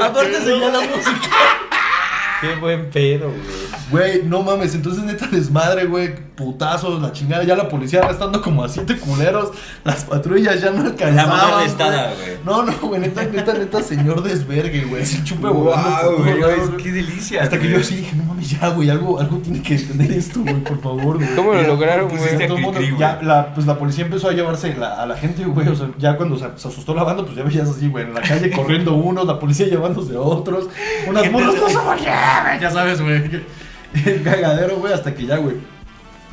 D: Aparte seguía la música.
B: Qué buen pedo, güey.
D: Güey, no mames, entonces neta desmadre, güey. Putazos, la chingada. Ya la policía arrestando como a siete culeros. Las patrullas ya no alcanzaban.
A: La madre
D: güey.
A: arrestada, güey.
D: No, no, güey, neta, neta, neta, señor desvergue, güey. Así chupe volando por
A: Wow,
D: todos
A: güey,
D: lados,
A: es-
D: güey.
A: qué delicia.
D: Hasta que
A: güey.
D: yo sí dije, no mames, ya, güey, algo, algo tiene que entender esto, güey, por favor, güey.
B: ¿Cómo lo
D: Ya,
B: lograron,
D: pues,
B: güey?
D: ya todo el mundo-
A: Cri-cri, güey.
D: ya, la, pues la policía empezó a llevarse la- a la gente, güey. O sea, ya cuando se, se asustó la banda, pues ya veías así, güey, en
A: (laughs)
D: la calle corriendo unos, la policía llevándose otros, unas morras, no se lo lleven", ya sabes, güey. El cagadero, güey, hasta que ya, güey.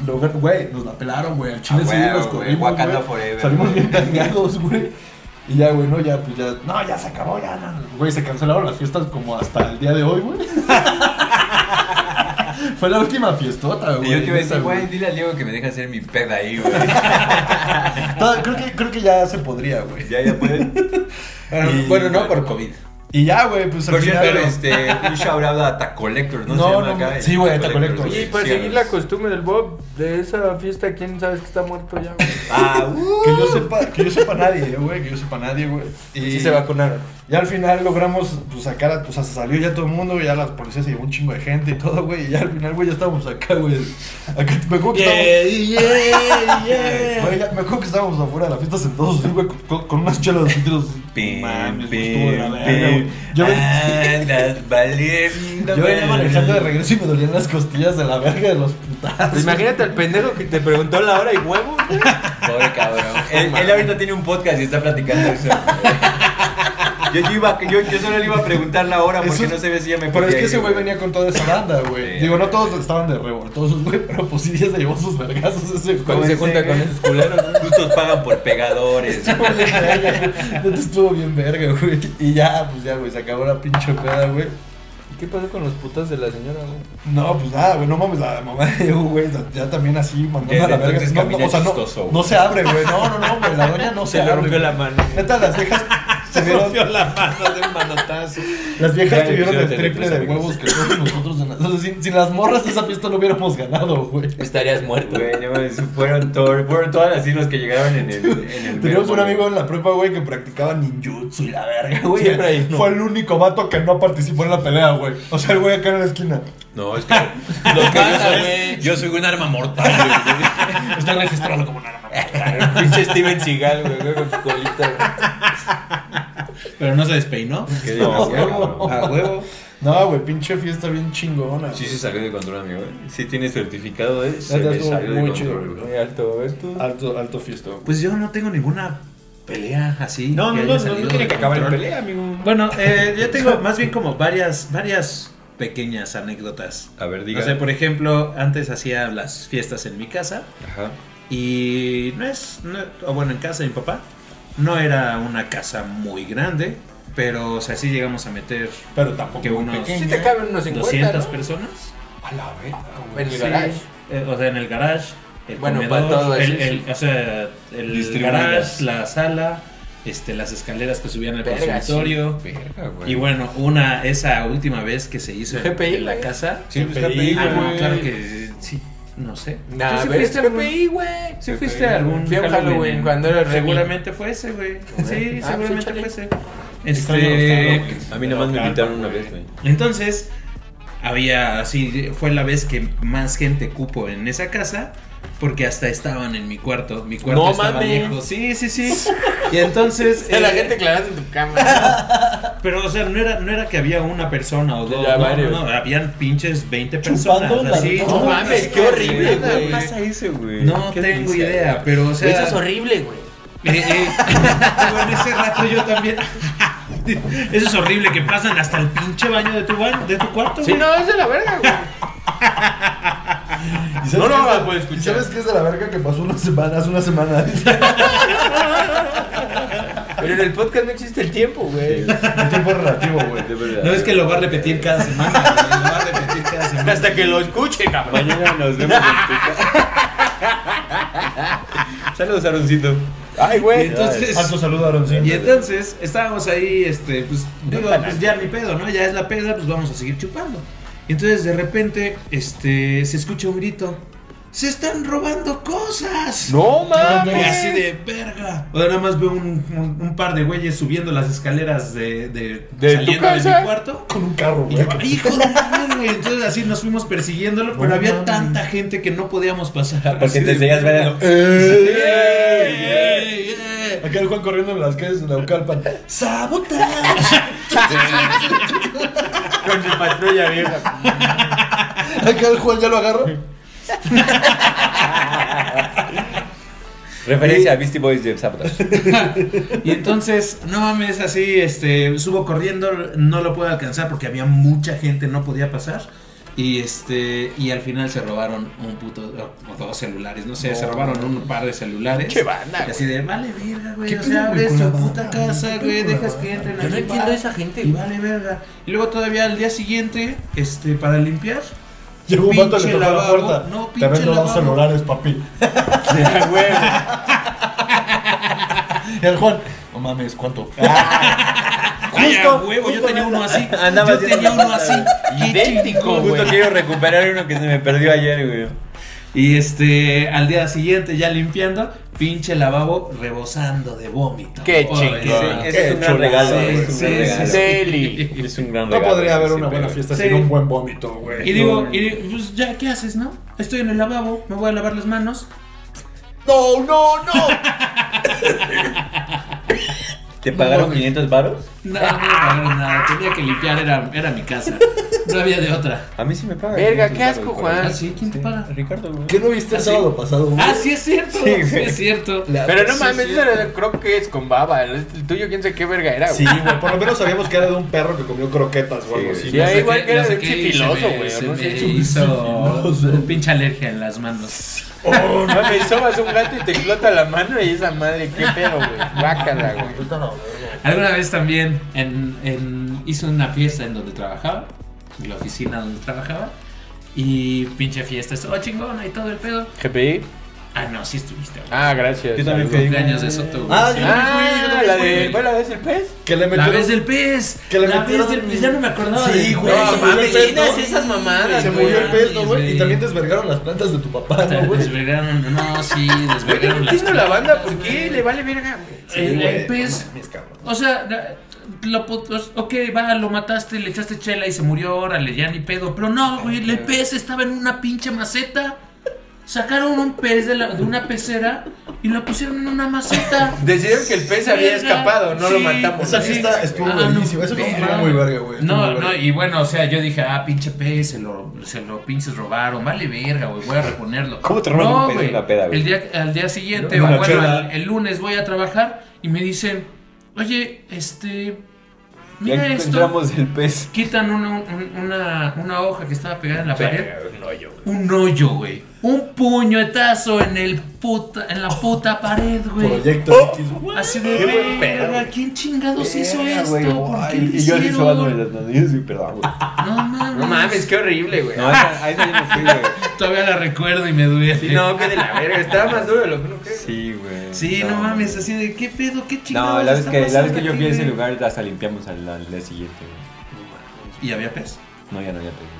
D: logra- Güey, nos la pelaron, güey. Al chile
A: Ah,
D: sí
A: güey,
D: nos
A: güey,
D: corrimos.
A: Wakanda
D: güey.
A: forever,
D: Salimos
A: güey. (laughs)
D: bien cargados, güey. Y ya, güey, no, ya, pues ya. No, ya se acabó, ya, no, no. Güey, se cancelaron las fiestas como hasta el día de hoy, güey. (laughs) Fue la última fiestota,
A: Y
D: güey.
A: yo te iba a decir,
D: neta,
A: güey, dile a Diego que me deja hacer mi peda ahí, güey.
D: Todo- creo, que, creo que ya se podría, güey.
A: Ya, ya pueden.
D: Bueno,
A: Y-
D: bueno, no por COVID. Y ya, güey, pues al
A: Por cierto,
D: final.
A: este, un shout out a Tacolector, ¿no?
D: No,
A: se llama
D: no,
A: acá.
D: sí, güey, Tacolector.
B: Oye, y para seguir la costumbre del Bob de esa fiesta, ¿quién sabes que está muerto ya, güey?
A: (laughs) Ah, uh,
D: Que yo sepa, que yo sepa nadie, eh, güey, que yo sepa nadie, güey. Y
B: Sí se vacunaron.
D: ya al final logramos pues, sacar, a, o sea, se salió ya todo el mundo, güey, ya la policía se llevó un chingo de gente y todo, güey, y ya al final, güey, ya estábamos acá, güey. Acá, me acuerdo que estábamos-
B: yeah,
D: Güey, ya- me acuerdo que estábamos afuera de la fiesta sentados así, güey, con, con unas chelas de títulos.
A: pim,
D: Mames, güey, estuvo de la
A: pim,
D: verga, güey.
A: pim.
D: Yo, ven-
A: Ah, Andas valiendo.
D: yo venía
A: verga.
D: manejando de regreso y me dolían las costillas de la verga de los putazos.
B: Pues Imagínate al pendejo que te preguntó la hora y huevo, güey.
A: Pobre cabrón. Él, él ahorita tiene un podcast y está platicando eso. (laughs) Yo, yo, iba, yo, yo solo le iba a preguntar la hora porque
D: Eso-
A: no sabía si ya me
D: Pero es
A: podía
D: que
A: ir,
D: ese güey venía con toda esa banda, güey.
A: Sí,
D: Digo, no
A: güey.
D: todos estaban de revoltosos, güey, pero pues sí ya se llevó sus vergazos ese
B: Cuando
D: güey.
B: se junta con esos culeros, güey.
A: Justos pagan por pegadores.
D: Estuvo bien verga, güey. Neta, Este estuvo bien verga, güey. Y ya, pues ya, güey, se acabó la pinche peda, güey.
B: ¿Y ¿Qué pasó con los putas de la señora, güey?
D: No, pues nada, güey, no mames, la mamá de Diego, güey, ya- ya también así mandando
A: Desde
D: a la verga.
A: entonces
D: No, no,
A: camina
D: o sea, no,
A: chistoso, güey.
D: no se abre, güey, no, no, no, güey, la doña no se,
B: Se le
D: abre.
B: rompió
D: güey.
B: la mano.
D: Neta, las
A: (laughs)
D: viejas se vieron,
B: la mano de un manotazo.
D: las
A: Ya,
D: viejas tuvieron
A: episodio
D: el
A: de
D: triple
A: Tres
D: de
A: Amigos.
D: huevos que todos nosotros. en la- o sea, sin, sin las morras esa fiesta no hubiéramos ganado, güey.
B: Estarías muerto.
A: Güey, no mames, fueron, to- fueron todas las islas que llegaron en el. En el
D: Teníamos un
A: metro,
D: amigo en la prepa, güey, que practicaba ninjutsu y la verga, güey.
B: Siempre hay uno.
D: Fue el único vato que no participó en la pelea, güey. O sea, el güey acá en la esquina.
A: No, es que. Lo que yo soy, yo soy un arma mortal.
D: Está registrado como una
B: Pinche Steven Seagal, güey, güey, con su colita. güey.
G: Pero no se despeinó.
F: Qué desgraciado, cabrón.
A: Ah,
D: A huevo.
H: No, güey, pinche fiesta bien chingona.
F: Sí se salió de control, amigo. ¿eh? Sí tiene certificado de se
D: Neta,
F: le
D: estuvo
F: salió de
D: muy
F: control.
D: chido.
F: güey.
B: Muy alto, ¿ves tú?
D: Alto, alto fiesta. güey.
C: Pues yo no tengo ninguna pelea así.
A: No, no,
C: que
A: no,
C: haya
A: no,
C: salido
A: no tiene
C: de
A: que acabar en
C: control.
A: pelea, amigo.
C: Bueno, eh, yo tengo más bien como varias, varias pequeñas anécdotas.
F: A ver, diga.
C: No sé, por ejemplo, antes hacía las fiestas en mi casa
F: Ajá.
C: y no es, no- o bueno, en casa de mi papá, no era una casa muy grande, pero o sea, sí llegamos a meter
H: Pero tampoco
C: que
H: muy
C: unos
H: pequeño.
B: Sí te caben unos 50,
C: 200
B: ¿no?
C: personas.
D: A la verga, güey.
B: En el
C: Sí,
B: garage.
C: eh, o sea, en el garage, el
B: Bueno,
C: comedor,
B: para todo eso,
C: el, el- o sea, el
F: Distribuidas.
C: garage, la sala, este, las escaleras que subían al
B: Verga, sí.
C: consultorio.
F: Verga, güey.
C: Y bueno, una, esa última vez que se hizo en,
B: GPI,
C: en la
B: güey.
C: casa.
F: Sí, pues, está
C: Ah,
F: pedido,
C: no,
F: güey.
C: claro que sí, no sé.
B: Nah,
C: ¿Tú sí
B: a ver,
C: fuiste,
B: este
C: güey?
B: PPI, güey.
C: ¿Sí fuiste a algún
B: Fui a un Halloween
C: en-
B: cuando era Remy.
C: Seguramente fue ese, güey. Sí,
B: Ah, pues,
C: seguramente
B: échale.
C: fue ese.
F: Eh,
C: Este,
F: a mí nada más me invitaron una vez, güey.
C: entonces, había así, fue la vez que más gente cupo en esa casa. Porque hasta estaban en mi cuarto. Mi cuarto
B: No
C: estaba
B: mames.
C: viejo. Sí, sí, sí. Y entonces.
A: (laughs)
B: Era la
C: eh,
B: gente clavando en tu (laughs) cama.
C: Pero, o sea, no era, no era que había una persona o dos.
B: Ya
C: no,
B: varios.
C: no, no, habían pinches 20 personas.
D: Chupando la-
C: así.
D: No
B: No mames, qué horrible,
F: Nada,
B: güey.
F: pasa eso, güey?
C: No
F: Qué
C: tengo
F: delicia,
A: (laughs)
C: idea, pero, o sea.
B: Eso es horrible, güey.
C: (laughs) Eh, eh, pero en ese rato yo también. (laughs) Eso es horrible que pasan hasta el pinche baño de tu baño, de tu cuarto.
B: Sí,
C: güey.
B: no, es de la verga, güey.
H: No, no, la puedes escuchar. ¿Y sabes qué es de la verga que pasó una semana, hace una semana? (laughs) El
B: Pero en el podcast no existe el tiempo, güey.
H: tiempo es relativo, güey.
F: De verdad.
C: No es que lo va a repetir cada semana. güey, Lo va a repetir cada semana.
B: Hasta que lo escuche, cabrón.
F: Mañana nos vemos en
A: (laughs)
F: tu Saludos, Aroncito.
B: Ay,
C: Y
B: güey.
C: entonces,
H: Alto saludo, Aaroncito.
C: y entonces estábamos ahí, este, pues, digo, pues ya ni pedo, ¿no? Ya es la peda, pues vamos a seguir chupando. Y entonces de repente, este, se escucha un grito. ¡Se están robando cosas!
B: No
C: Y así
B: mames.
C: de verga. O sea, nada más veo un, un- un par de güeyes subiendo las escaleras de, de,
B: ¿De tu
C: saliendo
B: casa?
C: mi cuarto.
H: Con un carro,
C: Y
H: güey.
C: yo, hijo de madre. Entonces así nos fuimos persiguiéndolo, pero
H: No
C: había
H: mames.
C: tanta gente que no podíamos pasar.
A: Porque
C: Así
A: te
C: de-
A: enseñas verano.
H: ¡Eh! Acá el Juan corriendo en las calles de Naucalpan. ¡Sabotaje!
B: Con su patrulla vieja.
H: Acá el Juan ya lo agarro.
A: Referencia a Beastie Boys de (laughs) Sabotage.
C: Y entonces, no mames, así, este, subo corriendo, no lo puedo alcanzar porque había mucha gente, no podía pasar. Y este, y al final se robaron un puto, o, o dos celulares, no sé, se robaron un par de celulares.
B: Che banda,
C: Y así de, vale verga, güey,
H: ¿Qué
C: o
H: pedo,
C: sea, abres
H: güey, con
C: tu
H: la
C: puta
H: banda,
C: casa,
H: güey? ¿Qué
C: güey,
H: pedo con
C: dejas
H: la
C: que entren
B: Yo no
C: aquí,
B: entiendo
C: va,
B: a esa gente,
C: Y
B: güey.
C: vale verga. Y luego todavía al día siguente, este, para limpiar.
H: Llegó un vato y le
C: pinche
H: tocó la
C: lavabo.
H: puerta.
C: No,
H: Te
C: pinche
H: vendo dos
C: lavabo.
H: celulares, papi.
B: Güey.
H: Y (laughs) el Juan, no mames, ¿cuánto?
C: Ah, Ay, a
H: Justo,
C: huevo, yo
H: justo,
C: tenía uno así.
A: Andaba
C: yo tenía uno así.
B: Idéntico,
A: Justo
B: güey.
A: quiero recuperar uno que se me perdió ayer, güey.
C: Y este, al día siguiente ya limpiando, pinche lavabo rebosando de vómito.
B: Qué
C: Oh,
B: chingón.
C: sí,
A: Ese es un gran
H: chulada,
A: regalo.
C: sí,
A: es un gran
C: sí, sí,
A: regalo.
C: sí.
B: Deli.
A: Es un gran
H: No
A: regalo.
H: podría haber
A: sí,
H: una buena
A: pero-
H: fiesta
C: Sí.
H: sin un buen vómito, güey.
C: Y digo, y digo, pues ya, ¿qué haces, no? Estoy en el lavabo, me voy a lavar las manos.
H: No, no, no.
A: ¿Te pagaron 500 varos?
C: No, no, me pagaron nada, tenía que limpiar, era, era mi casa. No había de otra.
A: A mí sí me pagan.
B: Verga,
A: 500
B: qué asco,
A: varos por-
B: Juan.
C: Ah, sí, ¿quién te paga?
A: Ricardo, güey.
H: ¿Qué no viste el sábado pasado, güey?
C: Ah, sí es cierto, sí,
A: güey.
C: es cierto.
B: Pero no mames, eso era croquettes con baba. El el tuyo, quién sabe qué verga era,
H: Sí,
B: güey.
H: güey. Por lo menos sabíamos que era de un perro que comió croquetas o algo
A: Sí,
H: así.
B: Sí, ahí igual
C: sé
B: que
C: qué-
B: era
C: no sé
B: un
C: qué,
B: chifiloso,
C: se me-
B: güey,
C: Se
B: no
C: me
B: sé,
C: hizo
H: chifiloso.
C: un pinche alergia en las manos.
H: Oh,
B: No mames, sobas un gato y te explota la mano y esa madre, qué pedo, güey. Guácala, güey.
C: Alguna vez también en, en- hice una fiesta en donde trabajaba, en la oficina donde trabajaba, y pinche fiesta, estuvo chingona y todo el pedo.
B: GPI.
C: Ah, no, sí estuviste, güey.
B: Ah, gracias.
A: Yo también fui.
C: Cumpleaños de Soto, güey.
H: Ah,
C: Sí.
H: yo
B: Ah,
H: también fui, yo también
B: la
H: fui.
B: de. ¿Fue la vez el pez?
H: Que le
C: La vez
H: metieron...
C: del pez.
H: que le
C: la vez
H: metieron-
C: del pez, ya no me acordaba.
H: Sí,
C: de-
H: güey,
C: No,
H: se
C: mames,
H: murió el pez, ¿no?
B: esas mamadas,
H: Se
B: güey.
H: murió el pez, ¿no, güey?
C: Sí.
H: Y también desvergaron las plantas de tu papá, ¿no, güey?
C: Desvergaron, no, sí,
B: Güey, yo no
C: desvergaron las
B: entiendo la banda, ¿por
C: plantas,
B: qué
C: güey.
B: le vale verga, güey?
C: El, el
H: güey,
C: pez,
H: no mames, cabrón.
C: o sea, na- lo, pu- os- ok, va, lo mataste, le echaste chela y se murió, órale, ya ni pedo. Pero no, güey, el pez estaba en una pinche maceta. Sacaron un pez de, la- de una pecera y lo pusieron en una maceta.
B: (laughs) Decidieron que el pez había
C: Verga.
B: escapado, no lo
C: Sí,
B: matamos.
C: o sea,
H: Esa
C: sí.
H: fiesta estuvo
C: Ah, no,
H: buenísima. Eso
C: verga.
H: estuvo muy verga, güey. Estuvo
C: No,
H: muy
C: no,
H: verga.
C: y bueno, o sea, yo dije, ah, pinche pez, se lo, se lo pinches robaron, vale verga, güey, voy a reponerlo.
A: ¿Cómo te roban
C: No,
A: un pez de
C: güey,
A: una peda, güey?
C: El día, al día siguiente,
H: Una
C: o bueno,
H: chela.
C: al- el lunes voy a trabajar y me dicen, oye, este, mira
A: Ya
C: esto,
A: encontramos el pez.
C: quitan una, un- una, una hoja que estaba pegada en la pared,
B: Verga, un hoyo, güey.
C: un hoyo, güey, un puñetazo en el puta, en la puta pared, güey.
H: Proyecto X, güey.
C: Así de,
B: buen pedo,
C: verga, ¿quién chingados hizo
A: Verga,
C: esto?
A: güey,
C: ¿Por
A: ay,
C: qué lo
A: Y yo así sobándome
C: hicieron?
A: las manos. Sí,
H: ah,
A: perdón, güey.
C: No mames.
B: No mames, qué horrible, güey.
A: No, a esa- a esa yo no fui, güey.
C: Todavía la recuerdo y me duele.
B: Sí, no, qué de la verga. Estaba más duro de lo que uno cree.
A: Sí, güey.
C: Sí, no, mames, así de qué pedo, qué chingados.
A: No, la vez,
C: está
A: que, la vez que
C: pasando
A: yo
C: aquí,
A: fui a ese
C: güey?
A: lugar hasta limpiamos al, al día siguiente, güey.
C: ¿Y había pez?
A: No, ya no había pez. güey.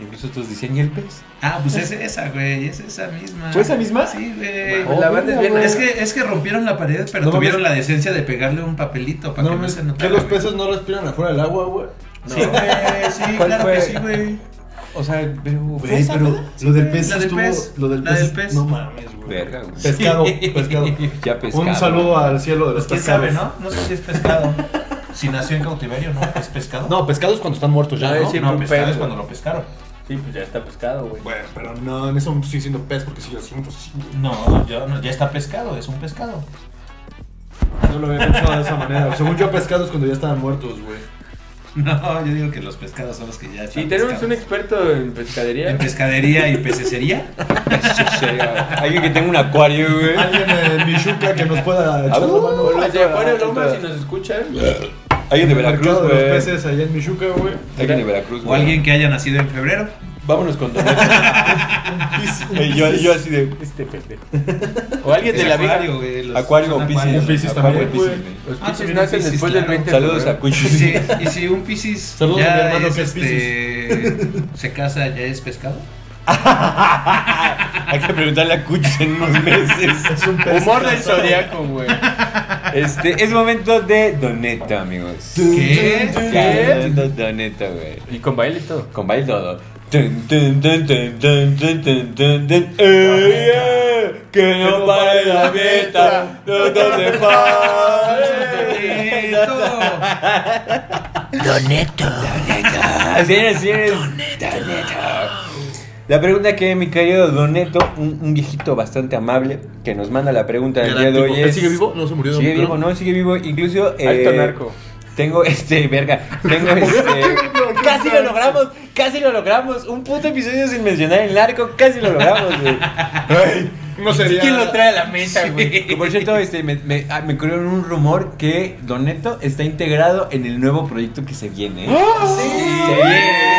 A: Incluso otros decían, ¿y el pez?
C: Ah, pues es esa, güey, es esa misma.
A: ¿Fue esa misma?
C: Sí, güey.
A: Oh,
B: la banda es bien.
A: mira,
C: Es que, es que rompieron la pared, pero
H: No
C: tuvieron
H: mames.
C: la decencia de pegarle un papelito para
H: No,
C: que no
H: mames,
C: se
H: que
C: notara.
H: los
C: güey.
H: peces no respiran afuera del agua, güey.
C: Sí, güey, sí,
A: ¿Cuál
C: claro que
A: fue?
C: sí, güey.
A: O sea, pero...
H: Güey, pero lo del pez
C: La del
H: estuvo.
C: pez.
H: Lo del
C: La del
H: pez.
C: pez.
H: No mames, güey.
A: Verga, güey.
H: Pescado, pescado.
A: Ya pescado.
H: Un saludo al cielo de los
C: Pues quién
H: pescados.
C: sabe, ¿no? No sé si es pescado. (laughs) Si nació en cautiverio, ¿no? ¿Es pescado?
D: No, pescados cuando están muertos ya,
B: A ver,
D: ¿no?
B: sí.
C: no
B: un
C: pescado
B: pedo.
C: es cuando lo pescaron.
B: Sí, pues ya está pescado, güey.
H: Bueno, pero no, en eso estoy diciendo pez porque si lo siento.
C: No, ya, no, ya está pescado, es un pescado.
H: No lo había pensado de esa manera. Según yo, pescados cuando ya estaban muertos, güey.
C: (laughs) No, yo digo que los pescados son los que ya están
B: Si tenemos
C: pescados.
B: un experto en
C: ¿En
B: pescadería.
C: pescadería
B: (laughs)
C: y pececería?
A: Alguien que tenga un acuario, güey.
H: Alguien en Michuca que nos pueda echar la
A: Ah,
H: mano, güey.
B: Los de Acuario Loma, si nos escuchan.
A: Alguien de Veracruz,
H: Mercado de
A: güey.
H: los peces allá en Michuca, güey.
A: Alguien de
B: Pues
A: Veracruz,
C: ¿O
A: güey.
C: alguien que haya nacido en febrero?
A: Vámonos con Don
H: (laughs)
A: Y yo, yo así de... Este pendejo.
B: O alguien de
C: El
B: la vida.
C: acuario, güey, los-
A: Acuario
C: son
A: o Pisces.
C: acuarios.
H: Un Piscis
A: Acuario
H: también,
A: o Piscis,
H: güey.
A: güey.
B: Los
C: Ah,
B: pinches
C: también
B: nacen
C: Piscis,
B: después
C: claro.
B: del 20 de
A: Saludos a
B: febrero.
C: (laughs) Y
A: Cuchis.
C: si, y si un piscis
H: Saludos a mi
C: ya
H: hermano
C: es,
H: que es
C: este, se casa, ya
H: (laughs)
C: es pescado.
A: (laughs) Hay que preguntarle a Cuchis en unos (laughs) meses.
B: Humor del zodiaco, güey.
A: Este, es momento de Doneta, amigos.
C: ¿Qué?
A: Ya, Momento Doneta, güey.
B: Y con baile y todo.
A: Con baile todo. Tun, tun, tun, tun, tun, tun, tun, tun, tun. ¡Ey, eh! Que no pare la meta. No no te (laughs) pare.
C: Todo.
A: Así es, así es. Doneto. La pregunta que mi querido Doneto, un, un viejito bastante amable, que nos manda la pregunta del día de hoy
D: ¿Él
A: es...
D: sigue vivo? No se murió.
A: Sigue vivo, no, sigue vivo. Incluso. eh,
B: Alto narco.
A: Tengo (laughs) este, verga. Tengo este. casi lo logramos, casi lo logramos. Un puto episodio sin mencionar el narco, casi lo logramos, güey.
D: No sería.
B: ¿Quién lo trae a la mesa, güey?
A: Que por cierto, este, me, me, ah, me corrieron un rumor que Don Neto está integrado en el nuevo proyecto que se viene. ¿eh?
B: ¡Oh!
A: Se viene.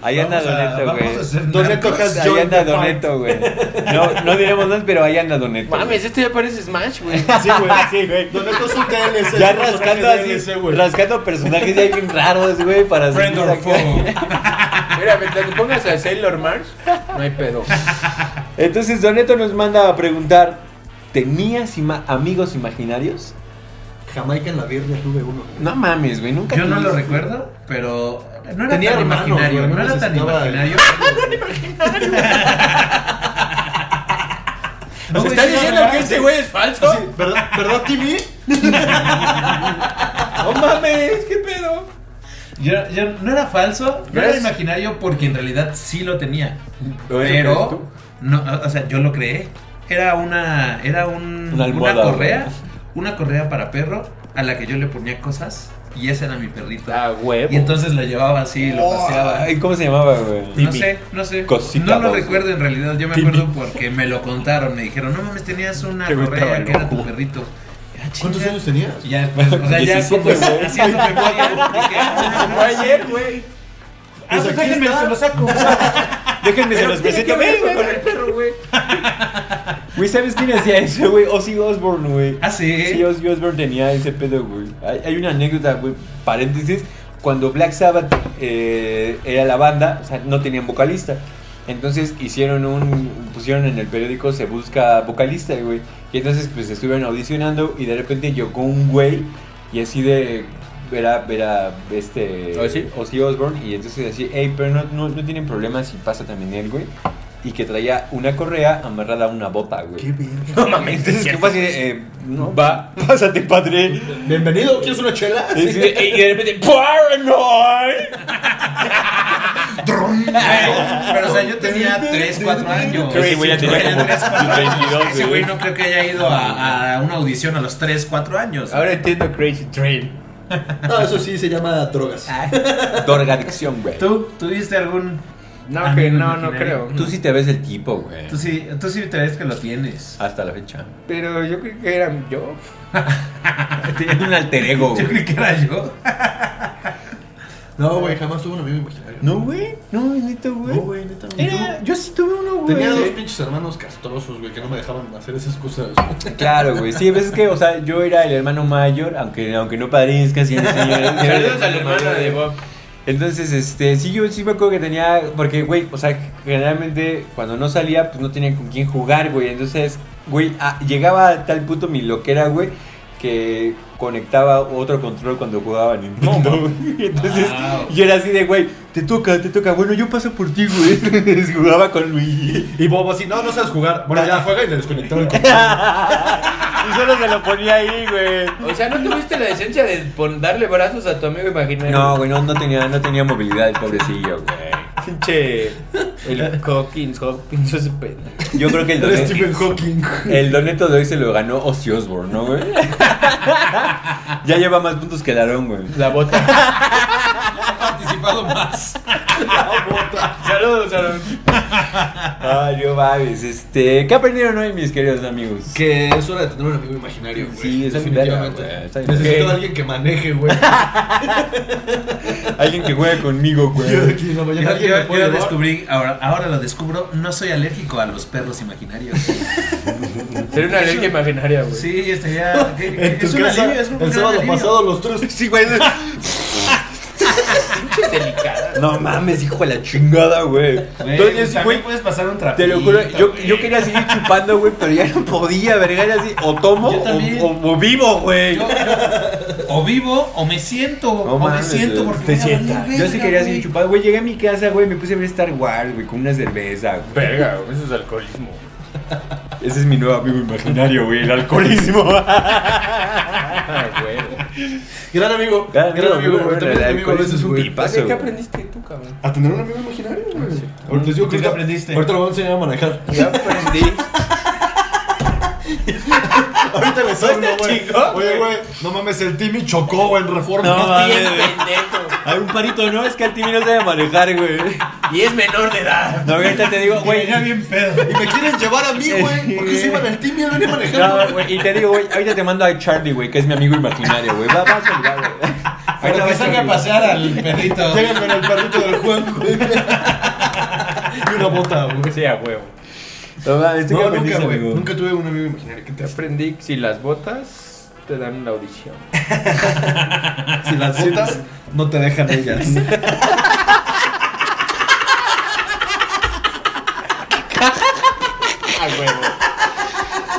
A: Ahí anda
C: Vamos a-
A: Don
C: vamos
A: Neto,
C: a hacer
A: güey.
C: Don Neto
D: narcos. has
A: Ahí
D: joined
A: anda
D: the
A: Don
D: fight.
A: Neto, güey. (laughs) No, no diremos más, pero ahí anda Don Neto.
B: Mames, esto ya parece Smash, güey.
D: Sí, güey.
A: Sí, güey.
D: Donato es un TLC.
A: Ya
D: es un personaje
A: rascando así,
D: TLC, güey.
A: rascando personajes ya bien raros, güey, para
C: Friend
A: salir
C: or
A: acá.
C: foe.
B: Mira, mientras te pongas a Sailor Mars, no hay pedo.
A: Entonces Doneto nos manda a preguntar, ¿tenías ima- amigos imaginarios?
D: Jamaica en la viernes tuve uno.
A: No mames, güey, nunca
C: Yo no
A: tuviste.
C: lo recuerdo, pero no era
D: Tenía
C: tan
D: hermanos,
C: imaginario.
D: güey,
C: No era tan
D: necesitaba-
C: imaginario.
D: Ah,
B: ¿Nos estás diciendo que este güey es falso?
D: Sí, ¿Verdad, ¿verdad Timmy?
B: No mames, qué pedo.
C: Yo, yo- no era falso, no era
B: ¿Ves?
C: imaginario porque en realidad sí lo tenía.
B: ¿Lo eres tú?
C: Pero no, o sea, yo lo creé. Era una era un-
A: Una
C: una,
A: almohada,
C: correa,
A: güey.
C: una correa para perro a la que yo le ponía cosas y ese era mi perrito.
B: Ah, huevo. Oh,
C: y entonces lo llevaba así, lo paseaba.
A: Ay, ¿Cómo se llamaba, güey?
C: No sé, no sé.
A: Cosita
C: no lo
A: dos.
C: recuerdo en realidad. Yo me acuerdo porque me lo contaron. Me dijeron, no mames, tenías una
A: Te gustaba
C: correa
A: el
C: que era tu
A: ojo.
C: perrito. Ah,
H: ¿Cuántos
C: chinga.
H: años tenías?
C: Y ya después, o sea, ya
A: 17,
C: como
A: güey.
C: haciendo memoria. dije, "Ah, no,
B: Fue ayer, güey.
D: Pues aquí está.
B: saco.
A: Déjenme se
B: Pero
C: (laughs)
A: los
B: tiene que
A: presento,
B: ver,
A: güey.
B: güey, con el perro, güey.
A: Güey, ¿sabes quién hacía eso, güey? Ozzy Osbourne, güey.
C: Ah, sí.
A: Sí, Ozzy Osbourne tenía ese pedo, güey. Hay, hay una anécdota, güey, paréntesis. Cuando Black Sabbath eh, era la banda, o sea, no tenían vocalista. Entonces hicieron un. pusieron en el periódico se busca vocalista, güey. Y entonces pues estuvieron audicionando y de repente llegó un güey y así de. Era, era este.
B: ¿Ozzy?
A: Ozzy Osbourne. Y entonces así, hey, pero no, no, no tienen problemas si pasa también él, güey. Y y que traía una correa amarrada a una bota, güey. Qué bien. No mames, entonces ¿qué fue así de, eh, va, pásate, padre.
D: Bienvenido, ¿quieres una chela?
A: Y
H: (laughs)
A: así de, y de repente, ¡Paranoid!
E: Pero, o sea, yo tenía 3, 4 años.
A: Creo que ese güey ya tenía como
E: Tres, cuatro años.
A: 22,
E: Ese
A: güey.
E: güey no creo que haya ido a, a una audición a los 3, 4 años.
B: Ahora entiendo Crazy Train.
D: No, eso sí se llama drogas.
A: Drogadicción, güey.
C: ¿Tú tuviste algún.?
B: No, que
C: amigo
B: Ah, no, no
C: imaginario?
B: creo.
A: Tú sí te ves el tipo, güey.
C: Tú sí, tú sí te ves que lo tienes.
A: Hasta la fecha.
B: Pero yo creo que era yo.
A: Tienes un alter ego,
C: Yo
A: güey.
C: creí que era yo.
D: No, güey, jamás tuve un amigo imaginario.
A: No, güey. No, es neta, güey.
D: No, güey, neta. güey.
A: Era- yo sí tuve uno, güey.
D: Tenía dos pinches hermanos castrosos, güey, que no me dejaban hacer esas cosas.
A: Claro, güey. Sí, ves que, o sea, yo era el hermano mayor, aunque, aunque no padezca, sí,
B: (laughs)
A: señores.
B: Saludos al hermano de Bob.
A: Entonces, este, sí, yo sí me acuerdo que tenía, porque, güey, o sea, generalmente cuando no salía, pues no tenía con quién jugar, güey. Entonces, güey, ah, llegaba a tal punto mi loquera, güey, que conectaba otro control cuando jugaba Nintendo, güey. (laughs) Entonces, yo era así de, güey, te toca, te toca, bueno, yo paso por ti, güey. (laughs) Entonces, jugaba con Luigi. (laughs)
D: Y Bobo así, no, no sabes jugar. Bueno, ya juega y le desconectaron (laughs) el
A: Y solo se lo ponía ahí, güey.
B: O sea, ¿no tuviste la decencia de pon- darle brazos a tu amigo imaginario?
A: No, güey, no, no tenía, no tenía movilidad el pobrecillo, güey.
B: Pinche. El Hawkins, Hawkins, ese pendejo.
A: Yo creo que el
D: Era
A: doneto,
D: Stephen Hawking.
A: el doneto de hoy se lo ganó Ozzy Osbourne, ¿no, güey? (laughs) Ya lleva más puntos que Darón, güey.
B: La (laughs) bota.
C: Participado más.
B: Saludos, saludos.
A: Ay, yo babes, este... ¿Qué aprendieron hoy, mis queridos amigos?
D: Que es hora de tener un amigo imaginario, güey.
A: Sí, es
D: definitivamente.
A: un verga, güey, está bien.
D: Necesito
A: Ok.
D: a alguien que
C: (laughs)
D: maneje, güey.
A: Alguien que juegue conmigo,
D: Yo de
A: güey.
D: aquí en la
C: Yo,
D: mañana alguien
C: yo-
D: me puede
C: yo
D: llevar.
C: descubrí, ahora, ahora lo descubro, no soy alérgico a los perros imaginarios.
B: Sería una alergia imaginaria, güey.
C: (laughs) Sí, este
D: (laughs)
C: ya. que- que-
D: En
C: es
D: tu
C: un
D: casa,
C: alivio, es un
D: el
C: gran
D: sábado
C: alivio.
D: pasado los tres.
A: Sí, (laughs) güey.
B: Pinche delicada.
A: No mames, hijo de la chingada, güey.
C: Güey, pues,
A: Entonces,
C: también
A: güey,
C: puedes pasar un trapito.
A: te lo juro,
C: (laughs)
A: yo, yo quería seguir chupando, güey, pero ya no podía, verga, era así, o tomo
C: Yo
A: o,
C: también.
A: o- o vivo, güey.
C: O vivo, o me siento, o me
A: mames,
C: siento
A: güey.
C: porque
A: Te
C: me vale
A: sientas.
C: verga,
A: Yo sí quería
C: güey.
A: seguir chupando, güey. Llegué a mi casa, güey, me puse a ver Star Wars, güey, con una cerveza, güey.
B: Verga, güey, eso es alcoholismo.
A: Ese es mi nuevo amigo imaginario, güey, el alcoholismo.
B: Ah, güey.
D: Gran amigo.
A: Gran amigo,
D: amigo.
A: güey,
D: También
A: el
D: amigo a veces es
A: alcoholismo.
D: un pipa.
A: Paso,
B: ¿Qué
A: güey.
B: aprendiste tú, cabrón? Ah,
D: A tener un amigo imaginario, güey.
C: ¿Tú
D: Ahorita les digo que
C: qué
D: ahorita-
C: aprendiste?
D: Ahorita lo vamos a enseñar a manejar.
B: Yo aprendí.
D: (laughs) Ahorita les hablo, güey. Oye, güey, no mames, el Timmy chocó, güey, en reforma. (laughs)
A: No mames.
B: Bien pendejo.
A: Hay un parito, ¿no? Es que a ti no sabe manejar, güey.
B: Y es menor de edad.
A: No, ahorita te digo,
D: (laughs)
A: güey.
C: Venía bien pedo.
D: Y me quieren llevar a mí, güey. Porque se iban al Timmy, él venía manejando.
A: No, güey, y te digo, güey, ahorita te mando a Charlie, güey, que es mi amigo imaginario, güey. Va,
B: (laughs)
A: va, va, güey.
C: Pero que salga a pasear al
D: (laughs)
C: perrito.
D: Llegan con el perrito del Juan, güey. Y una bota, güey.
B: Sí, a huevo.
A: No, mames, estoy
D: No,
A: bien
D: nunca,
A: feliz,
D: güey.
A: amigo.
D: Nunca tuve un amigo imaginario. ¿Qué te
B: Aprendí que si las botas te dan la audición.
D: Si las botas, no te dejan (laughs) ellas.
B: A huevo.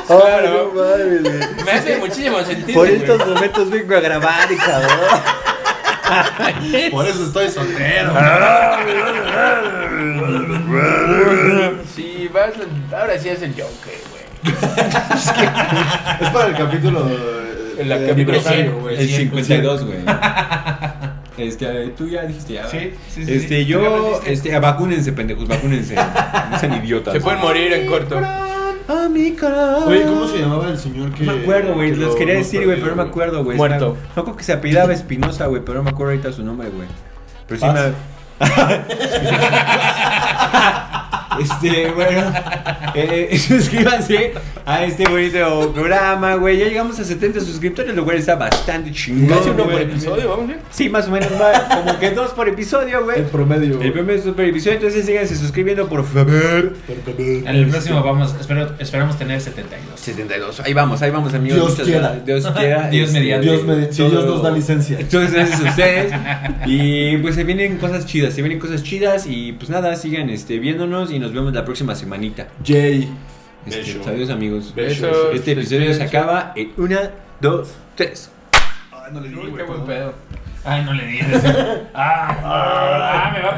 A: Claro.
B: Claro. Me hace muchísimo sentido.
A: Por
B: güey.
A: estos momentos vengo a grabar, cabrón.
D: Por eso estoy soltero.
B: Sí, vas. Ahora sí es el Joker, güey.
D: Es para el capítulo. eh,
B: El
D: de
B: capítulo
D: aniversario,
B: cien,
C: Pues
D: güey.
A: El 52, güey. Este, tú ya dijiste ya.
C: Sí, sí, sí,
A: Este,
C: sí. ¿Tú qué
A: yo,
C: aprendiste?
A: este, vacúnense, pendejos, vacúnense. No sean idiotas.
B: Se pueden morir en corto.
D: Oye, ¿cómo se llamaba el señor que.?
A: No me acuerdo, güey.
D: que
A: Los
D: lo-
A: quería
D: nos
A: decir, güey,
D: perdió,
A: pero no me acuerdo, güey.
B: Muerto.
A: Era- No creo que se apellidaba Espinosa, güey, pero no me acuerdo ahorita su nombre, güey. Pero sí
D: Paz.
A: me. (laughs) Este, bueno, eh, (laughs) suscríbanse a este bonito programa, güey. Ya llegamos a 70 suscriptores, lo cual está bastante chingón.
B: Casi uno por
A: güey.
B: episodio, vamos, ¿eh?
A: Sí, más o menos, va, como que dos por episodio, güey.
D: El promedio.
A: El
D: güey.
A: primer super episodio, entonces síganse suscribiendo, por favor.
C: En el próximo vamos, espero, esperamos tener 72.
A: 72. Ahí vamos, ahí vamos, amigos.
D: Dios
A: Muchas
D: quiera.
A: gracias. Dios quiera.
C: (laughs) Dios
A: Este,
C: mediante.
D: Dios me, si
A: todo-
D: Dios nos da licencia.
A: Entonces, gracias a ustedes. Y pues se vienen cosas chidas, se vienen cosas chidas. Y pues nada, sigan este, viéndonos y nos vemos la próxima semanita.
D: Jay.
A: Este,
D: Beso.
A: pues, adiós, amigos.
B: Besos.
A: Este episodio se acaba en una, dos, tres.
D: Ay, no le
B: Uy, qué buen pedo.
C: Ay, no le digas. Ah, ah, me va